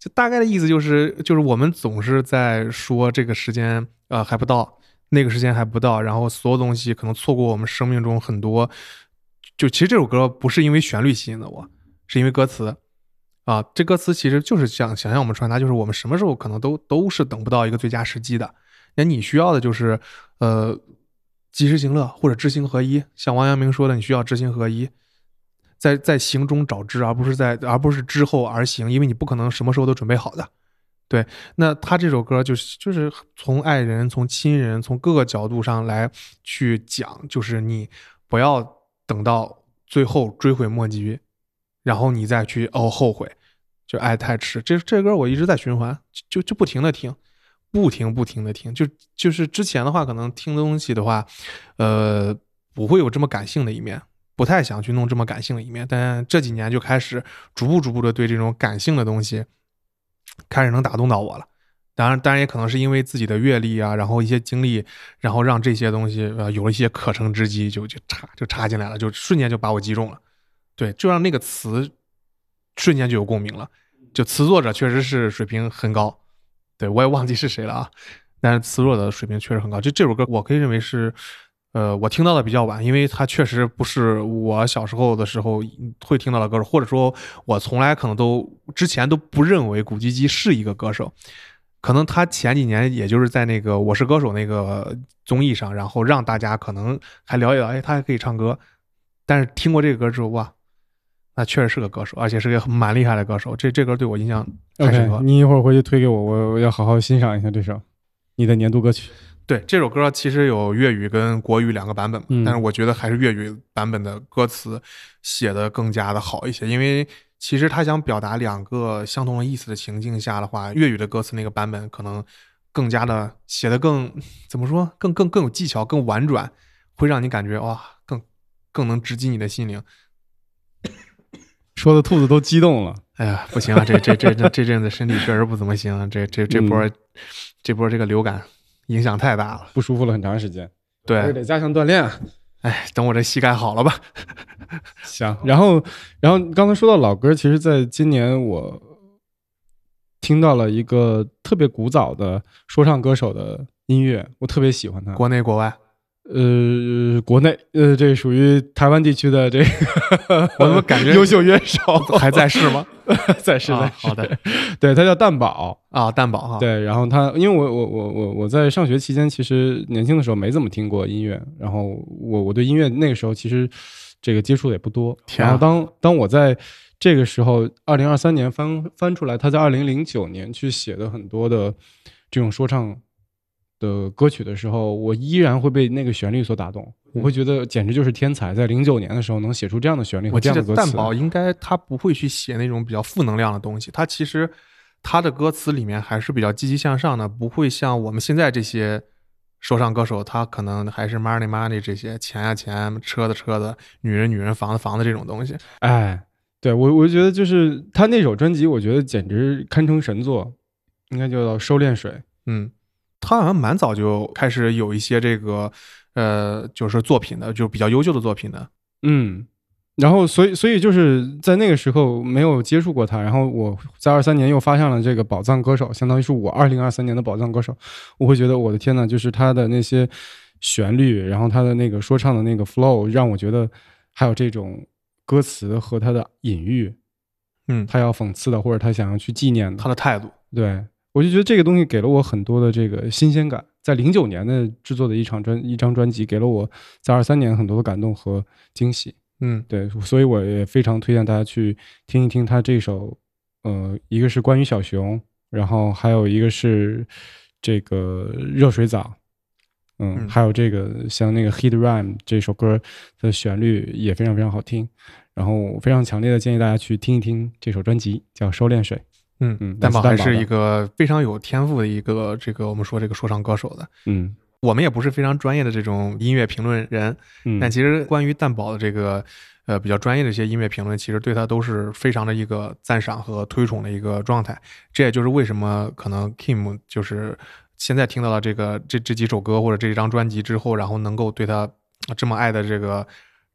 [SPEAKER 2] 就大概的意思就是就是我们总是在说这个时间呃还不到，那个时间还不到，然后所有东西可能错过我们生命中很多。就其实这首歌不是因为旋律吸引的我，是因为歌词啊，这歌词其实就是想想让我们传达，就是我们什么时候可能都都是等不到一个最佳时机的。那你需要的就是呃及时行乐或者知行合一，像王阳明说的，你需要知行合一。在在行中找知，而不是在而不是之后而行，因为你不可能什么时候都准备好的。对，那他这首歌就是就是从爱人、从亲人、从各个角度上来去讲，就是你不要等到最后追悔莫及，然后你再去哦后悔，就爱太迟。这这歌我一直在循环，就就不停的听，不停不停的听。就就是之前的话，可能听东西的话，呃，不会有这么感性的一面，不太想去弄这么感性的一面。但这几年就开始逐步逐步的对这种感性的东西开始能打动到我了。当然，当然也可能是因为自己的阅历啊，然后一些经历，然后让这些东西呃有了一些可乘之机，就就插就插进来了，就瞬间就把我击中了。对，就让那个词瞬间就有共鸣了。就词作者确实是水平很高，对我也忘记是谁了啊，但是词作者的水平确实很高。这这首歌我可以认为是，呃，我听到的比较晚，因为它确实不是我小时候的时候会听到的歌手，或者说我从来可能都之前都不认为古巨基是一个歌手。可能他前几年也就是在那个《我是歌手》那个综艺上，然后让大家可能还了解到，哎，他还可以唱歌。但是听过这个歌之后，哇，那确实是个歌手，而且是个蛮厉害的歌手。这这歌对我印象太深刻
[SPEAKER 3] 嗯 OK，
[SPEAKER 2] 了。
[SPEAKER 3] 你一会儿回去推给我，我我要好好欣赏一下这首你的年度歌曲。
[SPEAKER 2] 对这首歌其实有粤语跟国语两个版本嘛，
[SPEAKER 3] 嗯
[SPEAKER 2] 但是我觉得还是粤语版本的歌词写的更加的好一些，因为其实他想表达两个相同的意思的情境下的话，粤语的歌词那个版本可能更加的写的更怎么说，更更更有技巧，更婉转，会让你感觉哇，更更能直击你的心灵。
[SPEAKER 3] 说的兔子都激动了，
[SPEAKER 2] 哎呀，不行啊，这这这这这阵子身体确实不怎么行啊，这这这波、这波这个流感影响太大了。
[SPEAKER 3] 不舒服了很长时间，还是
[SPEAKER 2] 对，
[SPEAKER 3] 得加强锻炼啊。
[SPEAKER 2] 哎，等我这膝盖好了吧。
[SPEAKER 3] 行，然后，然后刚才说到老歌，其实在今年我听到了一个特别古早的说唱歌手的音乐，我特别喜欢他。
[SPEAKER 2] 国内国外，
[SPEAKER 3] 呃，国内呃，这属于台湾地区的这个，
[SPEAKER 2] 我怎么感觉
[SPEAKER 3] 优秀乐手
[SPEAKER 2] 还在世吗？
[SPEAKER 3] 在是在
[SPEAKER 2] 啊好的
[SPEAKER 3] 是对他叫蛋宝，
[SPEAKER 2] 啊，蛋堡哈，，
[SPEAKER 3] 对，然后他，因为我我我我我在上学期间，其实年轻的时候没怎么听过音乐，然后我我对音乐那个时候其实这个接触的也不多。
[SPEAKER 2] 天
[SPEAKER 3] 然后
[SPEAKER 2] 啊
[SPEAKER 3] 当当我在这个时候，二零二三年翻翻出来，他在二零零九年去写的很多的这种说唱的歌曲的时候，我依然会被那个旋律所打动，我
[SPEAKER 2] 嗯
[SPEAKER 3] 会觉得简直就是天才，在零九年的时候能写出这样的旋律和
[SPEAKER 2] 我
[SPEAKER 3] 这
[SPEAKER 2] 记
[SPEAKER 3] 样
[SPEAKER 2] 得
[SPEAKER 3] 的歌词。
[SPEAKER 2] 蛋堡应该他不会去写那种比较负能量的东西，他其实他的歌词里面还是比较积极向上的，不会像我们现在这些说唱歌手，他可能还是 money money 这些钱呀、钱，车子车子，女人女人，房子房子这种东西。
[SPEAKER 3] 哎，对我，我觉得就是他那首专辑，我觉得简直堪称神作，应该叫《收敛水》。
[SPEAKER 2] 嗯，他好像蛮早就开始有一些这个呃，就是作品的，就是比较优秀的作品的。
[SPEAKER 3] 嗯，然后所以所以就是在那个时候没有接触过他，然后我在二三年又发现了这个宝藏歌手，相当于是我二零二三年的宝藏歌手，我会觉得我的天呐，就是他的那些旋律，然后他的那个说唱的那个 flow，让我觉得还有这种歌词和他的隐喻，
[SPEAKER 2] 嗯，
[SPEAKER 3] 他要讽刺的或者他想要去纪念的
[SPEAKER 2] 他。的态度，
[SPEAKER 3] 对，我就觉得这个东西给了我很多的这个新鲜感，在零九年的制作的一场专一张专辑，给了我在二三年很多的感动和惊喜。
[SPEAKER 2] 嗯，
[SPEAKER 3] 对，所以我也非常推荐大家去听一听他这首，呃，一个是关于小熊，然后还有一个是这个热水澡。嗯，
[SPEAKER 2] 嗯
[SPEAKER 3] 还有这个像那个《Hit Rhyme》这首歌的旋律也非常非常好听，然后我非常强烈的建议大家去听一听这首专辑，叫《收敛水》。
[SPEAKER 2] 嗯
[SPEAKER 3] 嗯
[SPEAKER 2] 蛋堡
[SPEAKER 3] 来
[SPEAKER 2] 还
[SPEAKER 3] 自蛋堡
[SPEAKER 2] 是
[SPEAKER 3] 的
[SPEAKER 2] 一个非常有天赋的一个这个我们说这个说唱歌手的。
[SPEAKER 3] 嗯，
[SPEAKER 2] 我们也不是非常专业的这种音乐评论人，
[SPEAKER 3] 嗯
[SPEAKER 2] 但其实关于蛋宝的这个呃比较专业的一些音乐评论，其实对他都是非常的一个赞赏和推崇的一个状态。这也就是为什么可能 Kim 就是现在听到了这个这这几首歌或者这张专辑之后，然后能够对他呃这么爱的这个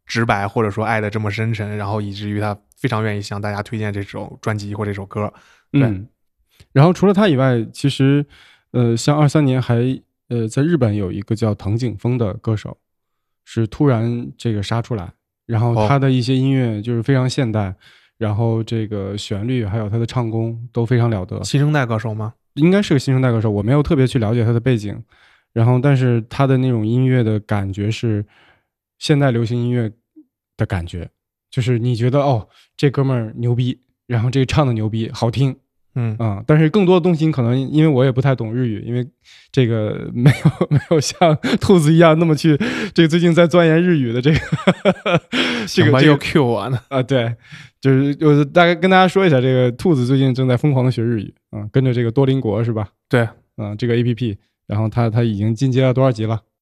[SPEAKER 2] 直白，或者说爱的这么深沉，然后以至于他非常愿意向大家推荐这首专辑或这首歌。对
[SPEAKER 3] 嗯，然后除了他以外，其实呃，像二三年还呃，在日本有一个叫藤井风的歌手，是突然这个杀出来，然后
[SPEAKER 2] 哦
[SPEAKER 3] 他的一些音乐就是非常现代，然后这个旋律还有他的唱功都非常了得，
[SPEAKER 2] 新生代歌手吗？
[SPEAKER 3] 应该是个新生代歌手，我没有特别去了解他的背景，然后但是他的那种音乐的感觉是现代流行音乐的感觉，就是你觉得哦，这哥们儿牛逼，然后这个唱的牛逼，好听，
[SPEAKER 2] 嗯，
[SPEAKER 3] 啊、但是更多的东西可能因为我也不太懂日语，因为这个没有 没有像兔子一样那么去这个最近在钻研日语的这个这
[SPEAKER 2] 行
[SPEAKER 3] 个
[SPEAKER 2] 吧，
[SPEAKER 3] 这
[SPEAKER 2] 又
[SPEAKER 3] 个
[SPEAKER 2] Q 我呢。
[SPEAKER 3] 啊、对，就是就是大概跟大家说一下，这个兔子最近正在疯狂的学日语啊、跟着这个多邻国是吧？
[SPEAKER 2] 对，
[SPEAKER 3] 啊、这个 A P P，然后他他已经进阶了多少级了？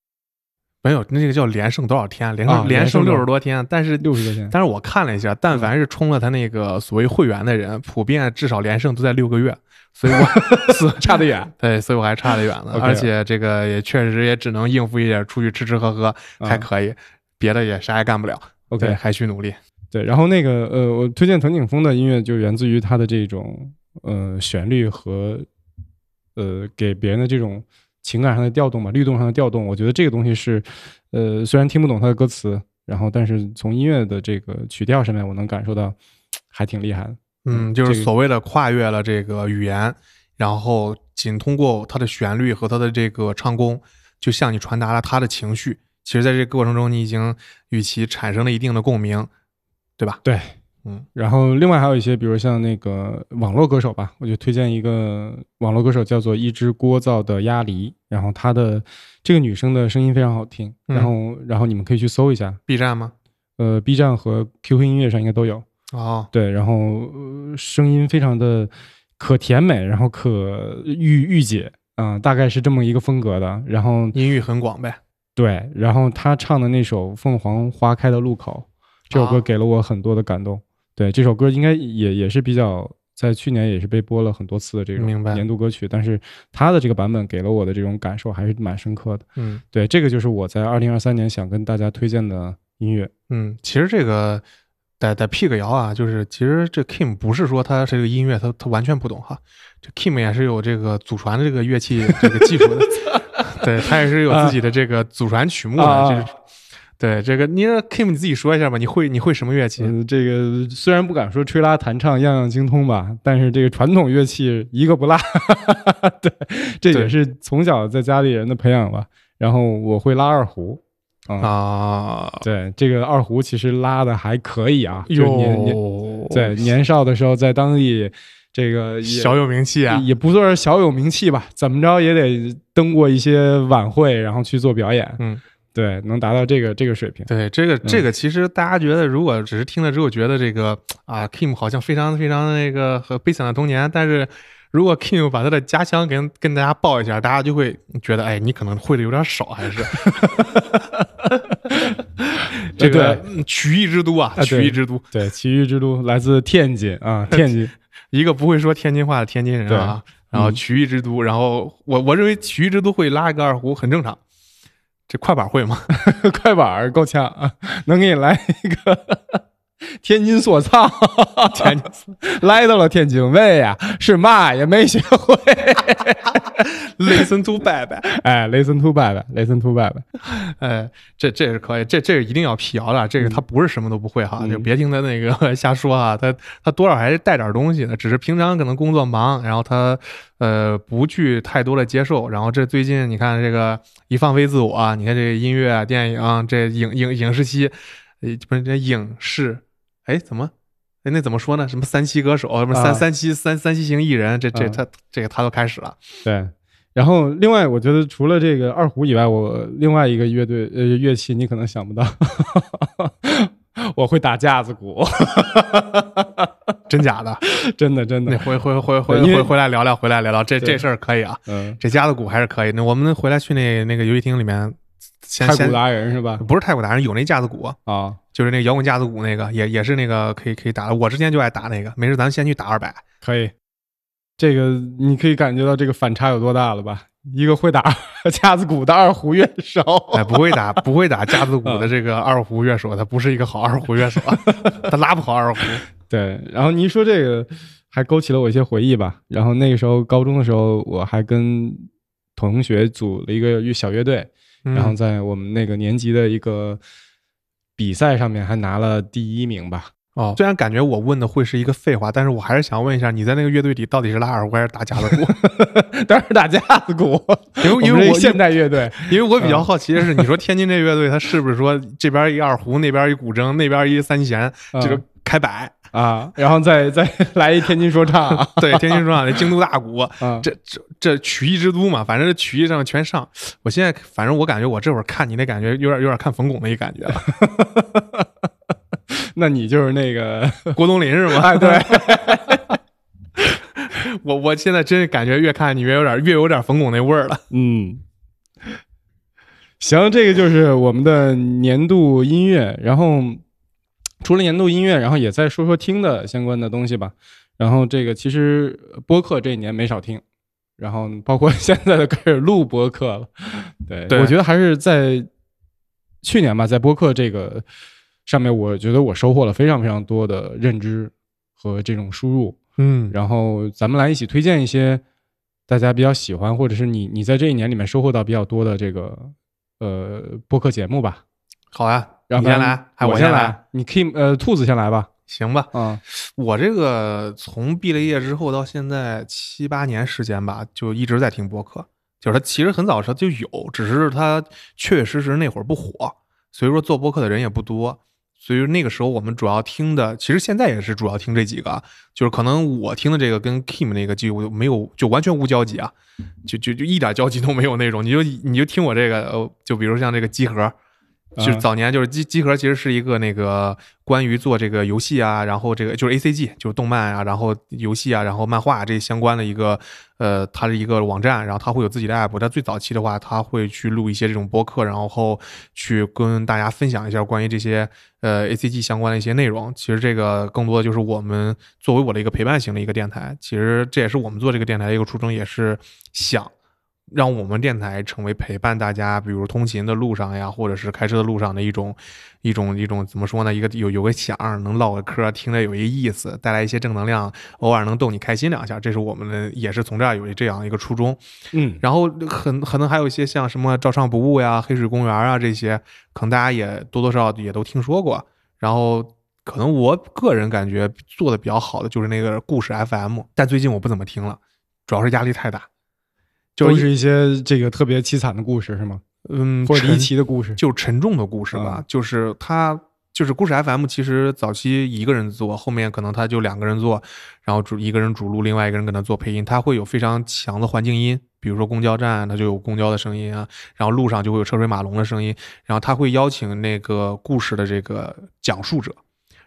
[SPEAKER 2] 没有，那个叫连胜多少天啊？连胜、
[SPEAKER 3] 啊连
[SPEAKER 2] 连
[SPEAKER 3] 胜
[SPEAKER 2] 胜六
[SPEAKER 3] 多
[SPEAKER 2] 十多天啊，但是
[SPEAKER 3] 六十嗯多天。
[SPEAKER 2] 但是我看了一下，但凡是充了他那个所谓会员的人，普遍至少连胜都在六个月，所 以我所
[SPEAKER 3] 差得远。
[SPEAKER 2] 对，所以我还差得远呢。
[SPEAKER 3] OK
[SPEAKER 2] 而且这个也确实也只能应付一点，出去吃吃喝喝
[SPEAKER 3] 啊
[SPEAKER 2] 还可以，别的也啥也干不了。
[SPEAKER 3] OK，
[SPEAKER 2] 对还需努力。
[SPEAKER 3] 对，然后那个呃，我推荐藤井风的音乐就源自于他的这种呃旋律和呃给别人的这种情感上的调动吧，律动上的调动。我觉得这个东西是呃虽然听不懂他的歌词，然后但是从音乐的这个曲调上面，我能感受到还挺厉害的。
[SPEAKER 2] 嗯，就是所谓的跨越了这个语言，然后仅通过它的旋律和它的这个唱功，就向你传达了他的情绪。其实，在这个过程中，你已经与其产生了一定的共鸣，对吧？
[SPEAKER 3] 对，
[SPEAKER 2] 嗯，
[SPEAKER 3] 然后另外还有一些，比如像那个网络歌手吧，我就推荐一个网络歌手叫做一只聒噪的鸭梨，然后她的这个女生的声音非常好听，
[SPEAKER 2] 嗯
[SPEAKER 3] 然后、然后你们可以去搜一下，
[SPEAKER 2] B 站吗？
[SPEAKER 3] 呃，B 站和 QQ 音乐上应该都有，
[SPEAKER 2] 哦，
[SPEAKER 3] 对，然后、呃声音非常的可甜美，然后可御御姐，啊、大概是这么一个风格的，然后
[SPEAKER 2] 音域很广呗。
[SPEAKER 3] 对，然后他唱的那首《凤凰花开的路口》这首歌
[SPEAKER 2] 啊
[SPEAKER 3] 给了我很多的感动。对，这首歌应该也也是比较在去年也是被播了很多次的这种
[SPEAKER 2] 明白
[SPEAKER 3] 年度歌曲，但是他的这个版本给了我的这种感受还是蛮深刻的。
[SPEAKER 2] 嗯
[SPEAKER 3] 对，这个就是我在二零二三年想跟大家推荐的音乐。
[SPEAKER 2] 嗯，其实这个得得辟个谣啊，就是其实这 Kim 不是说他这个音乐他他完全不懂哈，这 Kim 也是有这个祖传的这个乐器这个技术 的，对他也是有自己的这个祖传曲目的，
[SPEAKER 3] 啊
[SPEAKER 2] 这是对这个你让 Kim 你自己说一下吧，你会你会什么乐器？
[SPEAKER 3] 嗯，这个虽然不敢说吹拉弹唱样样精通吧，但是这个传统乐器一个不落。 对，这也
[SPEAKER 2] 对
[SPEAKER 3] 是从小在家里人的培养吧。然后我会拉二胡。啊
[SPEAKER 2] 啊，
[SPEAKER 3] 对，这个二胡其实拉的还可以啊，就年年
[SPEAKER 2] 哟，哦
[SPEAKER 3] 对年少的时候在当地这个也
[SPEAKER 2] 小有名气啊，
[SPEAKER 3] 也不算是小有名气吧，怎么着也得登过一些晚会，然后去做表演，
[SPEAKER 2] 嗯，
[SPEAKER 3] 对，能达到这个这个水平。
[SPEAKER 2] 对这个这个，其实大家觉得，如果只是听了之后觉得这个啊，Kim 好像非常非常那个和悲惨的童年，但是如果 Kim 把他的家乡跟跟大家报一下，大家就会觉得，哎，你可能会的有点少，还 是 这个嗯曲艺之都啊，
[SPEAKER 3] 啊对
[SPEAKER 2] 曲艺之都，
[SPEAKER 3] 对，奇遇之都来自天津 啊，天津，
[SPEAKER 2] 一个不会说天津话的天津人啊，然后
[SPEAKER 3] 嗯
[SPEAKER 2] 曲艺之都，然后我我认为曲艺之都会拉一个二胡很正常，这快板会吗？
[SPEAKER 3] 快板儿够呛 啊，能给你来一个 天津所操， 天津来到了天津卫呀、是嘛也没学 会。
[SPEAKER 2] Listen to 拜拜。
[SPEAKER 3] 哎，listen to bad listen to bad，
[SPEAKER 2] 哎，这这是可以，这这是一定要辟谣的。
[SPEAKER 3] 嗯
[SPEAKER 2] 这个他不是什么都不会哈，就别听他那个 瞎说啊。他他多少还是带点东西的，只是平常可能工作忙，然后他呃不去太多的接受。然后这最近你看这个一放飞自我啊、你看这音乐、啊、电影啊、这影影影视期，呃不是这影视，哎怎么？哎，那怎么说呢？什么三栖歌手，什么三、
[SPEAKER 3] 啊
[SPEAKER 2] 三栖三三栖型艺人，这这
[SPEAKER 3] 啊
[SPEAKER 2] 他这个他都开始了。
[SPEAKER 3] 对。然后，另外，我觉得除了这个二胡以外，我另外一个乐队呃乐器你可能想不到， 我会打架子鼓，
[SPEAKER 2] 真假的？
[SPEAKER 3] 真的真
[SPEAKER 2] 那
[SPEAKER 3] 的，
[SPEAKER 2] 回回回回
[SPEAKER 3] 对因为
[SPEAKER 2] 回回来聊聊，回来聊聊这
[SPEAKER 3] 对
[SPEAKER 2] 这事儿可以啊，
[SPEAKER 3] 嗯，
[SPEAKER 2] 这家的鼓还是可以。那我们回来去那那个游戏厅里面，先
[SPEAKER 3] 太
[SPEAKER 2] 先
[SPEAKER 3] 鼓达人是吧？
[SPEAKER 2] 不是太鼓达人，有那架子鼓，
[SPEAKER 3] 啊，
[SPEAKER 2] 就是那个摇滚架子鼓那个，也也是那个可以可以打的。我之前就爱打那个，没事咱先去打二百。
[SPEAKER 3] 可以，这个你可以感觉到这个反差有多大了吧？一个会打 架子鼓的二胡乐手，
[SPEAKER 2] 哎，不会 打不会打架子鼓的这个二胡乐手，他不是一个好二胡乐 手，他拉不好二胡。
[SPEAKER 3] 对，然后你一说这个，还勾起了我一些回忆吧。然后那个时候高中的时候，我还跟同学组了一个乐小乐队，
[SPEAKER 2] 嗯
[SPEAKER 3] 然后在我们那个年级的一个比赛上面还拿了第一名吧。
[SPEAKER 2] 哦，虽然感觉我问的会是一个废话，但是我还是想问一下，你在那个乐队里到底是拉二胡还是打架子鼓？
[SPEAKER 3] 当然是打架子鼓，
[SPEAKER 2] 因为因
[SPEAKER 3] 我们
[SPEAKER 2] 为
[SPEAKER 3] 这
[SPEAKER 2] 我
[SPEAKER 3] 现代嗯乐队，
[SPEAKER 2] 因为我比较好奇的是，你说天津这乐队，他是不是说这边一二胡，那边一古筝，那边一三弦，
[SPEAKER 3] 嗯
[SPEAKER 2] 这个开摆？
[SPEAKER 3] 啊，然后再再来一天津说唱 啊，
[SPEAKER 2] 对，天津说唱的京都大鼓，
[SPEAKER 3] 啊
[SPEAKER 2] 这这这曲艺之都嘛，反正这曲艺上全上。我现在反正我感觉我这会儿看你那感觉有点有点看冯巩那一感觉了，
[SPEAKER 3] 那你就是那 个，
[SPEAKER 2] 郭冬临是吗？
[SPEAKER 3] 哎，对，
[SPEAKER 2] 我我现在真是感觉越看你越有点越有点冯巩那味儿了。
[SPEAKER 3] 嗯，行，这个就是我们的年度音乐。然后除了年度音乐，然后也再说说听的相关的东西吧。然后这个其实播客这一年没少听，然后包括 现在都开始录播客了。对，
[SPEAKER 2] 对
[SPEAKER 3] 我觉得还是在去年吧，在播客这个上面，我觉得我收获了非常非常多的认知和这种输入。
[SPEAKER 2] 嗯
[SPEAKER 3] 然后咱们来一起推荐一些大家比较喜欢，或者是你你在这一年里面收获到比较多的这个呃播客节目吧。
[SPEAKER 2] 好呀，
[SPEAKER 3] 然
[SPEAKER 2] 你
[SPEAKER 3] 后
[SPEAKER 2] 先来，还
[SPEAKER 3] 我
[SPEAKER 2] 先来，
[SPEAKER 3] 来，你可以呃兔子先来吧。
[SPEAKER 2] 行吧？
[SPEAKER 3] 啊、
[SPEAKER 2] 我这个从毕了业之后到现在七八年时间吧，就一直在听播客。就是他其实很早的时候就有，只是他确确实实那会儿不火，所以说做播客的人也不多。所以那个时候我们主要听的，其实现在也是主要听这几个啊，就是可能我听的这个跟 Kim 那个就没有，就完全无交集啊，就就就一点交集都没有那种。你就你就听我这个，呃，就比如像这个集合，就是
[SPEAKER 3] 啊
[SPEAKER 2] 早年就是机机核其实是一个那个关于做这个游戏啊，然后这个就是 A C G 就是动漫啊，然后游戏啊，然后漫画、这相关的一个呃，它是一个网站，然后它会有自己的 app。它最早期的话，它会去录一些这种播客，然后去跟大家分享一下关于这些呃 A C G 相关的一些内容。其实这个更多的就是我们作为我的一个陪伴型的一个电台，其实这也是我们做这个电台的一个初衷，也是想让我们电台成为陪伴大家，比如通勤的路上呀，或者是开车的路上的一种一种一种怎么说呢？一个有有个响儿，能唠个嗑儿，听着有一个意思，带来一些正能量，偶尔能逗你开心两下，这是我们的也是从这儿有这样一个初衷。
[SPEAKER 3] 嗯，
[SPEAKER 2] 然后很可能还有一些像什么照唱不误呀、黑水公园啊这些，可能大家也多多少少也都听说过。然后可能我个人感觉做的比较好的就是那个故事 FM，但最近我不怎么听了，主要是压力太大。就
[SPEAKER 3] 都
[SPEAKER 2] 一
[SPEAKER 3] 是一些这个特别凄惨的故事是吗？
[SPEAKER 2] 嗯，
[SPEAKER 3] 或者离
[SPEAKER 2] 沉
[SPEAKER 3] 奇的故事。嗯
[SPEAKER 2] 就沉重的故事吧，就是他就是故事 FM，其实早期一个人做，后面可能他就两个人做，然后主一个人主录，另外一个人跟他做配音，他会有非常强的环境音，比如说公交站，啊它就有公交的声音啊，然后路上就会有车水马龙的声音，然后他会邀请那个故事的这个讲述者。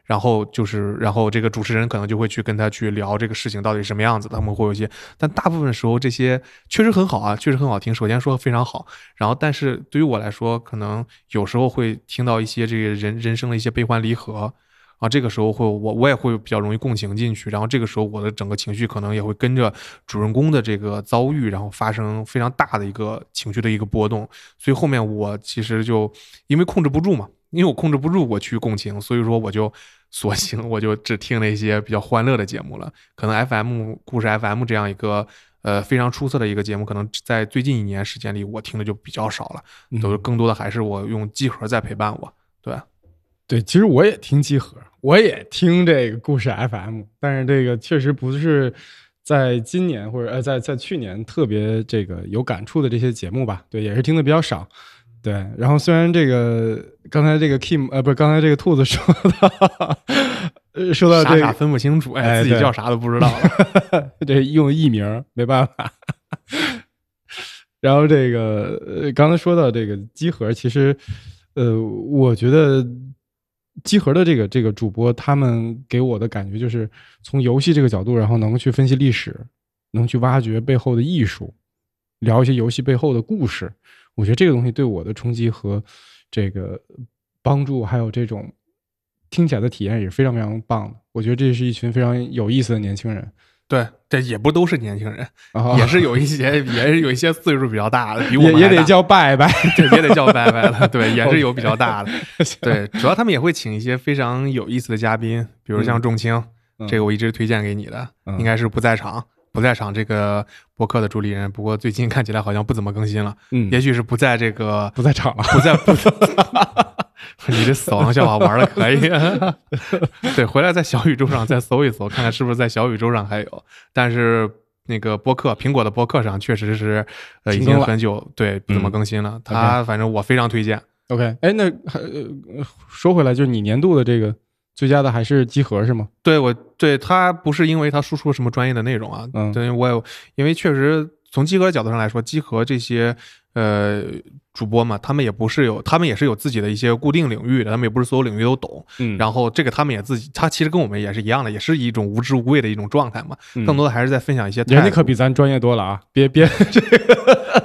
[SPEAKER 2] 然后就是，然后这个主持人可能就会去跟他去聊这个事情到底是什么样子，他们会有一些，但大部分时候这些确实很好啊，确实很好听。首先说非常好，然后，但是对于我来说，可能有时候会听到一些这个人人生的一些悲欢离合啊，这个时候会我我也会比较容易共情进去，然后这个时候我的整个情绪可能也会跟着主人公的这个遭遇，然后发生非常大的一个情绪的一个波动，所以后面我其实就因为控制不住嘛，因为我控制不住我去共情，所以说我就 索性我就只听了一些比较欢乐的节目了，可能 FM 故事 FM 这样一个呃非常出色的一个节目，可能在最近一年时间里，我听的就比较少了，
[SPEAKER 3] 嗯
[SPEAKER 2] 都是更多的还是我用集合在陪伴我。对，
[SPEAKER 3] 对，其实我也听集合，我也听这个故事 FM，但是这个确实不是在今年或者呃在在去年特别这个有感触的这些节目吧，对，也是听的比较少。对，然后虽然这个刚才这个 Kim 呃不是刚才这个兔子说到， 呃说到
[SPEAKER 2] 傻
[SPEAKER 3] 这
[SPEAKER 2] 傻
[SPEAKER 3] 个
[SPEAKER 2] 分不清楚，哎，
[SPEAKER 3] 哎
[SPEAKER 2] 自己
[SPEAKER 3] 对
[SPEAKER 2] 叫啥都不知道 了。
[SPEAKER 3] 这用艺名儿没办法。 然后这个呃，刚才说到这个集合，其实呃，我觉得集合的这个这个主播，他们给我的感觉就是从游戏这个角度，然后能去分析历史，能去挖掘背后的艺术，聊一些游戏背后的故事。我觉得这个东西对我的冲击和这个帮助，还有这种听起来的体验也是非常非常棒的。我觉得这是一群非常有意思的年轻人，
[SPEAKER 2] 对，这也不都是年轻人，
[SPEAKER 3] 啊
[SPEAKER 2] 也是有一些，也是有一些岁数比较大的，比我
[SPEAKER 3] 也
[SPEAKER 2] 们
[SPEAKER 3] 也
[SPEAKER 2] 还
[SPEAKER 3] 得
[SPEAKER 2] 大
[SPEAKER 3] 叫拜拜。
[SPEAKER 2] 对，也得叫拜拜了。对，也是有比较大的。 对，主要他们也会请一些非常有意思的嘉宾，比如像仲青，
[SPEAKER 3] 嗯
[SPEAKER 2] 这个我一直推荐给你的，
[SPEAKER 3] 嗯
[SPEAKER 2] 应该是不在场。不在场这个播客的主理人，不过最近看起来好像不怎么更新了，
[SPEAKER 3] 嗯，
[SPEAKER 2] 也许是不在这个
[SPEAKER 3] 不在场了。
[SPEAKER 2] 不在不在。 你这死亡笑话玩的 可以，对，回来在小宇宙上再搜一搜，看看是不是在小宇宙上还有。但是那个播客，苹果的播客上确实是，呃，已
[SPEAKER 3] 停更
[SPEAKER 2] 经
[SPEAKER 3] 了
[SPEAKER 2] 很久对不怎么
[SPEAKER 3] 嗯
[SPEAKER 2] 更新了。它反正我非常推荐，
[SPEAKER 3] OK，哎，那还呃说回来，就是你年度的这个最佳的还是集合是吗？
[SPEAKER 2] 对我对它不是因为它输出什么专业的内容啊，
[SPEAKER 3] 嗯
[SPEAKER 2] 对我有，因为确实从集合角度上来说，集合这些呃主播嘛，他们也不是有，他们也是有自己的一些固定领域的，他们也不是所有领域都懂。
[SPEAKER 3] 嗯
[SPEAKER 2] 然后这个他们也自己，他其实跟我们也是一样的，也是一种无知无畏的一种状态嘛。
[SPEAKER 3] 嗯
[SPEAKER 2] 更多的还是在分享一些态度，
[SPEAKER 3] 人家可比咱专业多了啊！别别，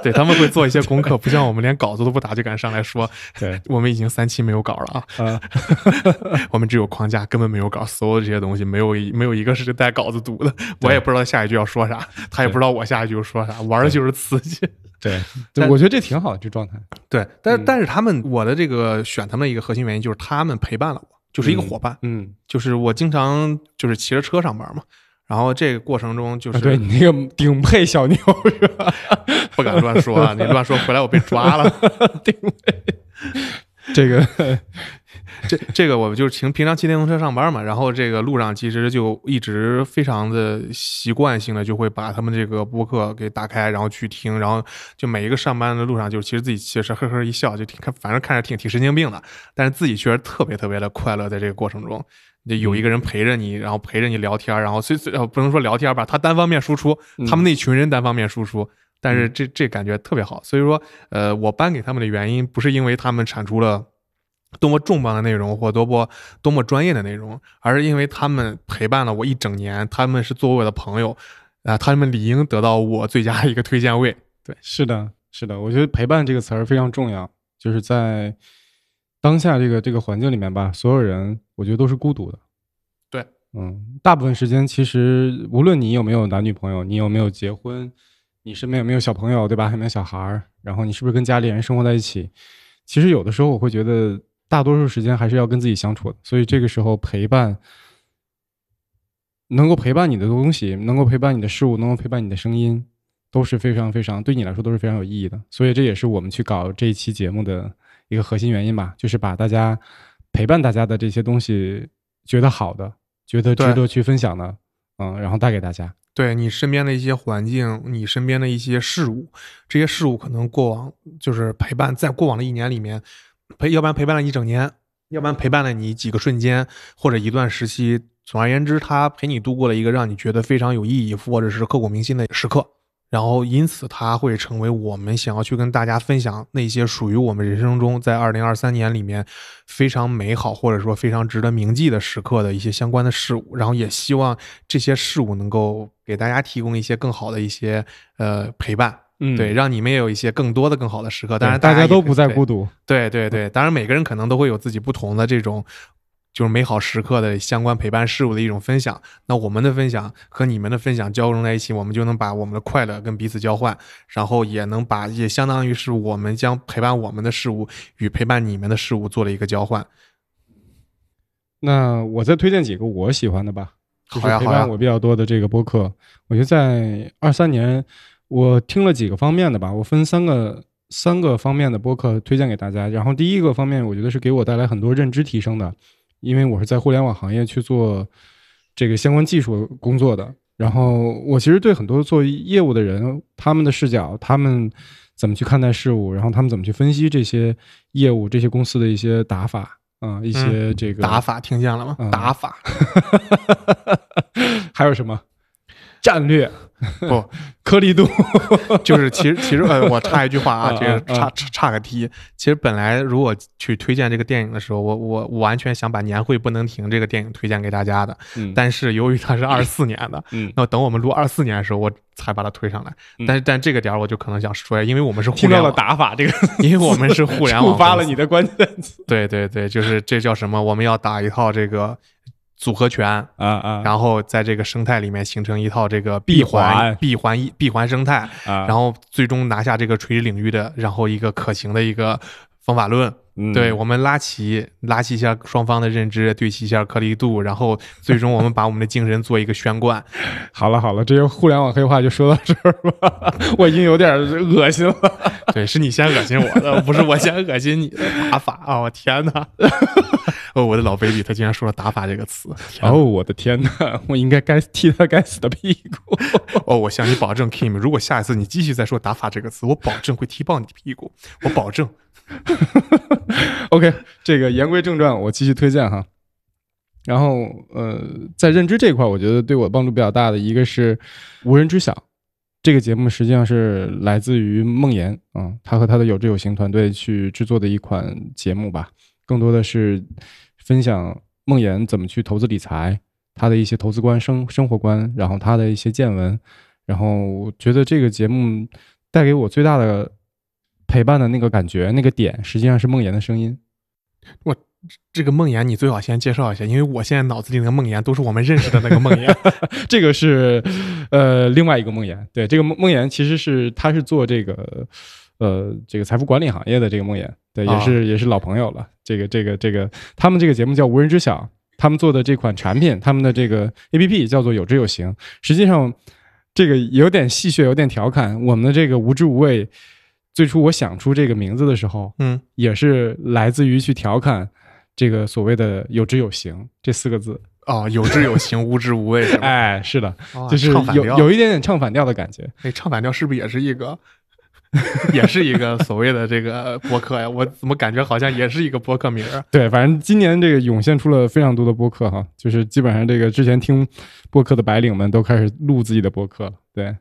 [SPEAKER 2] 对他们会做一些功课，不像我们连稿子都不打就敢上来 说。
[SPEAKER 3] 对，
[SPEAKER 2] 我们已经三期没有稿了啊，
[SPEAKER 3] 呃，
[SPEAKER 2] 我们只有框架，根本没有稿，所有的这些东西没有一没有一个是带稿子读的。我也不知道下一句要说啥，他也不知道我下一句要说啥，玩的就是刺激。
[SPEAKER 3] 对，
[SPEAKER 2] 但
[SPEAKER 3] 我觉得这挺好，这状态。
[SPEAKER 2] 对，但是但是他们我的这个选他们的一个核心原因就是他们陪伴了我，就是一个伙伴，
[SPEAKER 3] 嗯，
[SPEAKER 2] 就是我经常就是骑着车上班嘛。然后这个过程中就是、
[SPEAKER 3] 啊对你那个顶配小牛是吧？
[SPEAKER 2] 不敢乱说啊！你乱说回来我被抓了。
[SPEAKER 3] 这个
[SPEAKER 2] 这这个我就是平平常骑电动车上班嘛，然后这个路上其实就一直非常的习惯性的就会把他们这个播客给打开，然后去听，然后就每一个上班的路上，就是其实自己骑着呵呵一笑，就挺看，反正看着挺挺神经病的，但是自己确实特别特别的快乐，在这个过程中。就有一个人陪着你，然后陪着你聊天，然后虽虽呃不能说聊天吧，他单方面输出，他们那群人单方面输出，但是这这感觉特别好。所以说，呃，我颁给他们的原因不是因为他们产出了多么重磅的内容或多么多么专业的内容，而是因为他们陪伴了我一整年，他们是作为我的朋友，啊、他们理应得到我最佳一个推荐位。
[SPEAKER 3] 是的，是的，我觉得陪伴这个词儿非常重要，就是在当下这个这个环境里面吧，所有人我觉得都是孤独的。
[SPEAKER 2] 对，
[SPEAKER 3] 嗯，大部分时间其实无论你有没有男女朋友，你有没有结婚，你身边有没有小朋友，对吧？有没有小孩儿，然后你是不是跟家里人生活在一起？其实有的时候我会觉得，大多数时间还是要跟自己相处的，所以这个时候陪伴。能够陪伴你的东西，能够陪伴你的事物，能够陪伴你的声音，都是非常非常对你来说都是非常有意义的，所以这也是我们去搞这一期节目的一个核心原因吧，就是把大家陪伴大家的这些东西，觉得好的，觉得值
[SPEAKER 2] 对
[SPEAKER 3] 得去分享的，嗯，然后带给大家。
[SPEAKER 2] 对你身边的一些环境，你身边的一些事物，这些事物可能过往就是陪伴，在过往的一年里面，陪要不然陪伴了一整年，要不然陪伴了你几个瞬间或者一段时期。总而言之，它陪你度过了一个让你觉得非常有意义或者是刻骨铭心的时刻。然后因此它会成为我们想要去跟大家分享那些属于我们人生中在二零二三年里面非常美好或者说非常值得铭记的时刻的一些相关的事物。然后也希望这些事物能够给大家提供一些更好的一些呃陪伴。
[SPEAKER 3] 嗯
[SPEAKER 2] 对，让你们也有一些更多的更好的时刻。当然，
[SPEAKER 3] 大
[SPEAKER 2] 家
[SPEAKER 3] 家都不再
[SPEAKER 2] 孤
[SPEAKER 3] 孤独。
[SPEAKER 2] 对对对，当然每个人可能都会有自己不同的这种。就是美好时刻的相关陪伴事物的一种分享。那我们的分享和你们的分享交融在一起，我们就能把我们的快乐跟彼此交换，然后也能把也相当于是我们将陪伴我们的事物与陪伴你们的事物做了一个交换。
[SPEAKER 3] 那我再推荐几个我喜欢的吧，就是
[SPEAKER 2] 好呀
[SPEAKER 3] 陪
[SPEAKER 2] 好呀
[SPEAKER 3] 伴我比较多的这个播客。我觉得在二三年，我听了几个方面的吧，我分三个三个方面的播客推荐给大家。然后第一个方面，我觉得是给我带来很多认知提升的，因为我是在互联网行业去做这个相关技术工作的。然后我其实对很多做业务的人，他们的视角，他们怎么去看待事物，然后他们怎么去分析这些业务、这些公司的一些打法。啊、一些这个、
[SPEAKER 2] 嗯打法听见了吗？
[SPEAKER 3] 嗯
[SPEAKER 2] 打法，
[SPEAKER 3] 还有什么战略？
[SPEAKER 2] 不，
[SPEAKER 3] 颗 粒度，
[SPEAKER 2] 就是其实其实呃，我插一句话啊，
[SPEAKER 3] 啊
[SPEAKER 2] 这个
[SPEAKER 3] 啊
[SPEAKER 2] 插插插个题。其实本来如果去推荐这个电影的时候，我我我完全想把《年会不能停》这个电影推荐给大家的，
[SPEAKER 3] 嗯
[SPEAKER 2] 但是由于它是二四年的，
[SPEAKER 3] 嗯，
[SPEAKER 2] 那等我们录二四年的时候，我才把它推上来。
[SPEAKER 3] 嗯
[SPEAKER 2] 但是但这个点儿我就可能想说，因为我们是互
[SPEAKER 3] 听到
[SPEAKER 2] 联
[SPEAKER 3] 了
[SPEAKER 2] 网，
[SPEAKER 3] 打法这个
[SPEAKER 2] 因 为我们是互联网，
[SPEAKER 3] 触发了你。的关键词
[SPEAKER 2] 对对对，就是这叫什么？我们要打一套这个组合拳，
[SPEAKER 3] 啊啊，
[SPEAKER 2] 然后在这个生态里面形成一套这个
[SPEAKER 3] 闭
[SPEAKER 2] 闭环
[SPEAKER 3] 环
[SPEAKER 2] 闭环一闭环生态，
[SPEAKER 3] 啊，
[SPEAKER 2] 然后最终拿下这个垂直领域的，然后一个可行的一个方法论。
[SPEAKER 3] 嗯
[SPEAKER 2] 对我们拉齐拉齐一下双方的认知，对齐一下颗粒度，然后最终我们把我们的精神做一个宣 贯。
[SPEAKER 3] 好了好了，这些互联网黑话就说到这儿 吧，我已经有点恶心了。
[SPEAKER 2] 对，是你先恶心我的，不是我先恶心你的打法啊！我、天 哪！哦，我的老 baby，他竟然说了“打法”这个词。天
[SPEAKER 3] 哦，
[SPEAKER 2] 哪
[SPEAKER 3] 我的天哪，我应该该踢他该死的屁股。
[SPEAKER 2] 哦，我向你保证，Kim，如果下一次你继续再说“打法”这个词，我保证会踢爆你的屁股，我保证。
[SPEAKER 3] OK，这个言归正传，我继续推荐哈。然后呃，在认知这一块，我觉得对我帮助比较大的一个是《无人知晓》这个节目，实际上是来自于梦岩啊、嗯他和他的有志有行团队去制作的一款节目吧，更多的是分享梦岩怎么去投资理财，他的一些投资观、生生活观，然后他的一些见闻，然后我觉得这个节目带给我最大的陪伴的那个感觉、那个点，实际上是梦岩的声音。
[SPEAKER 2] 这个梦岩，你最好先介绍一下，因为我现在脑子里那个梦岩都是我们认识的那个梦岩。
[SPEAKER 3] 这个是呃另外一个梦岩，对，这个梦梦岩其实是他是做这个呃这个财富管理行业的这个梦岩，对，也是、也是老朋友了。这个这个这个，他们这个节目叫无人知晓，他们做的这款产品，他们的这个 A P P 叫做有知有行，实际上这个有点戏谑，有点调侃，我们的这个无知无畏。最初我想出这个名字的时候，
[SPEAKER 2] 嗯，
[SPEAKER 3] 也是来自于去调侃这个所谓的“有知有行”这四个字。
[SPEAKER 2] 哦，有志有行，无知无畏，是吧？
[SPEAKER 3] 哎，是的，
[SPEAKER 2] 哦
[SPEAKER 3] 就是
[SPEAKER 2] 唱反
[SPEAKER 3] 有
[SPEAKER 2] 调
[SPEAKER 3] 有一点点唱反调的感觉。
[SPEAKER 2] 哎，唱反调是不是也是一个，也是一个所谓的这个播客呀？我怎么感觉好像也是一个播客名儿？啊
[SPEAKER 3] 对，反正今年这个涌现出了非常多的播客哈，就是基本上这个之前听播客的白领们都开始录自己的播客了。对，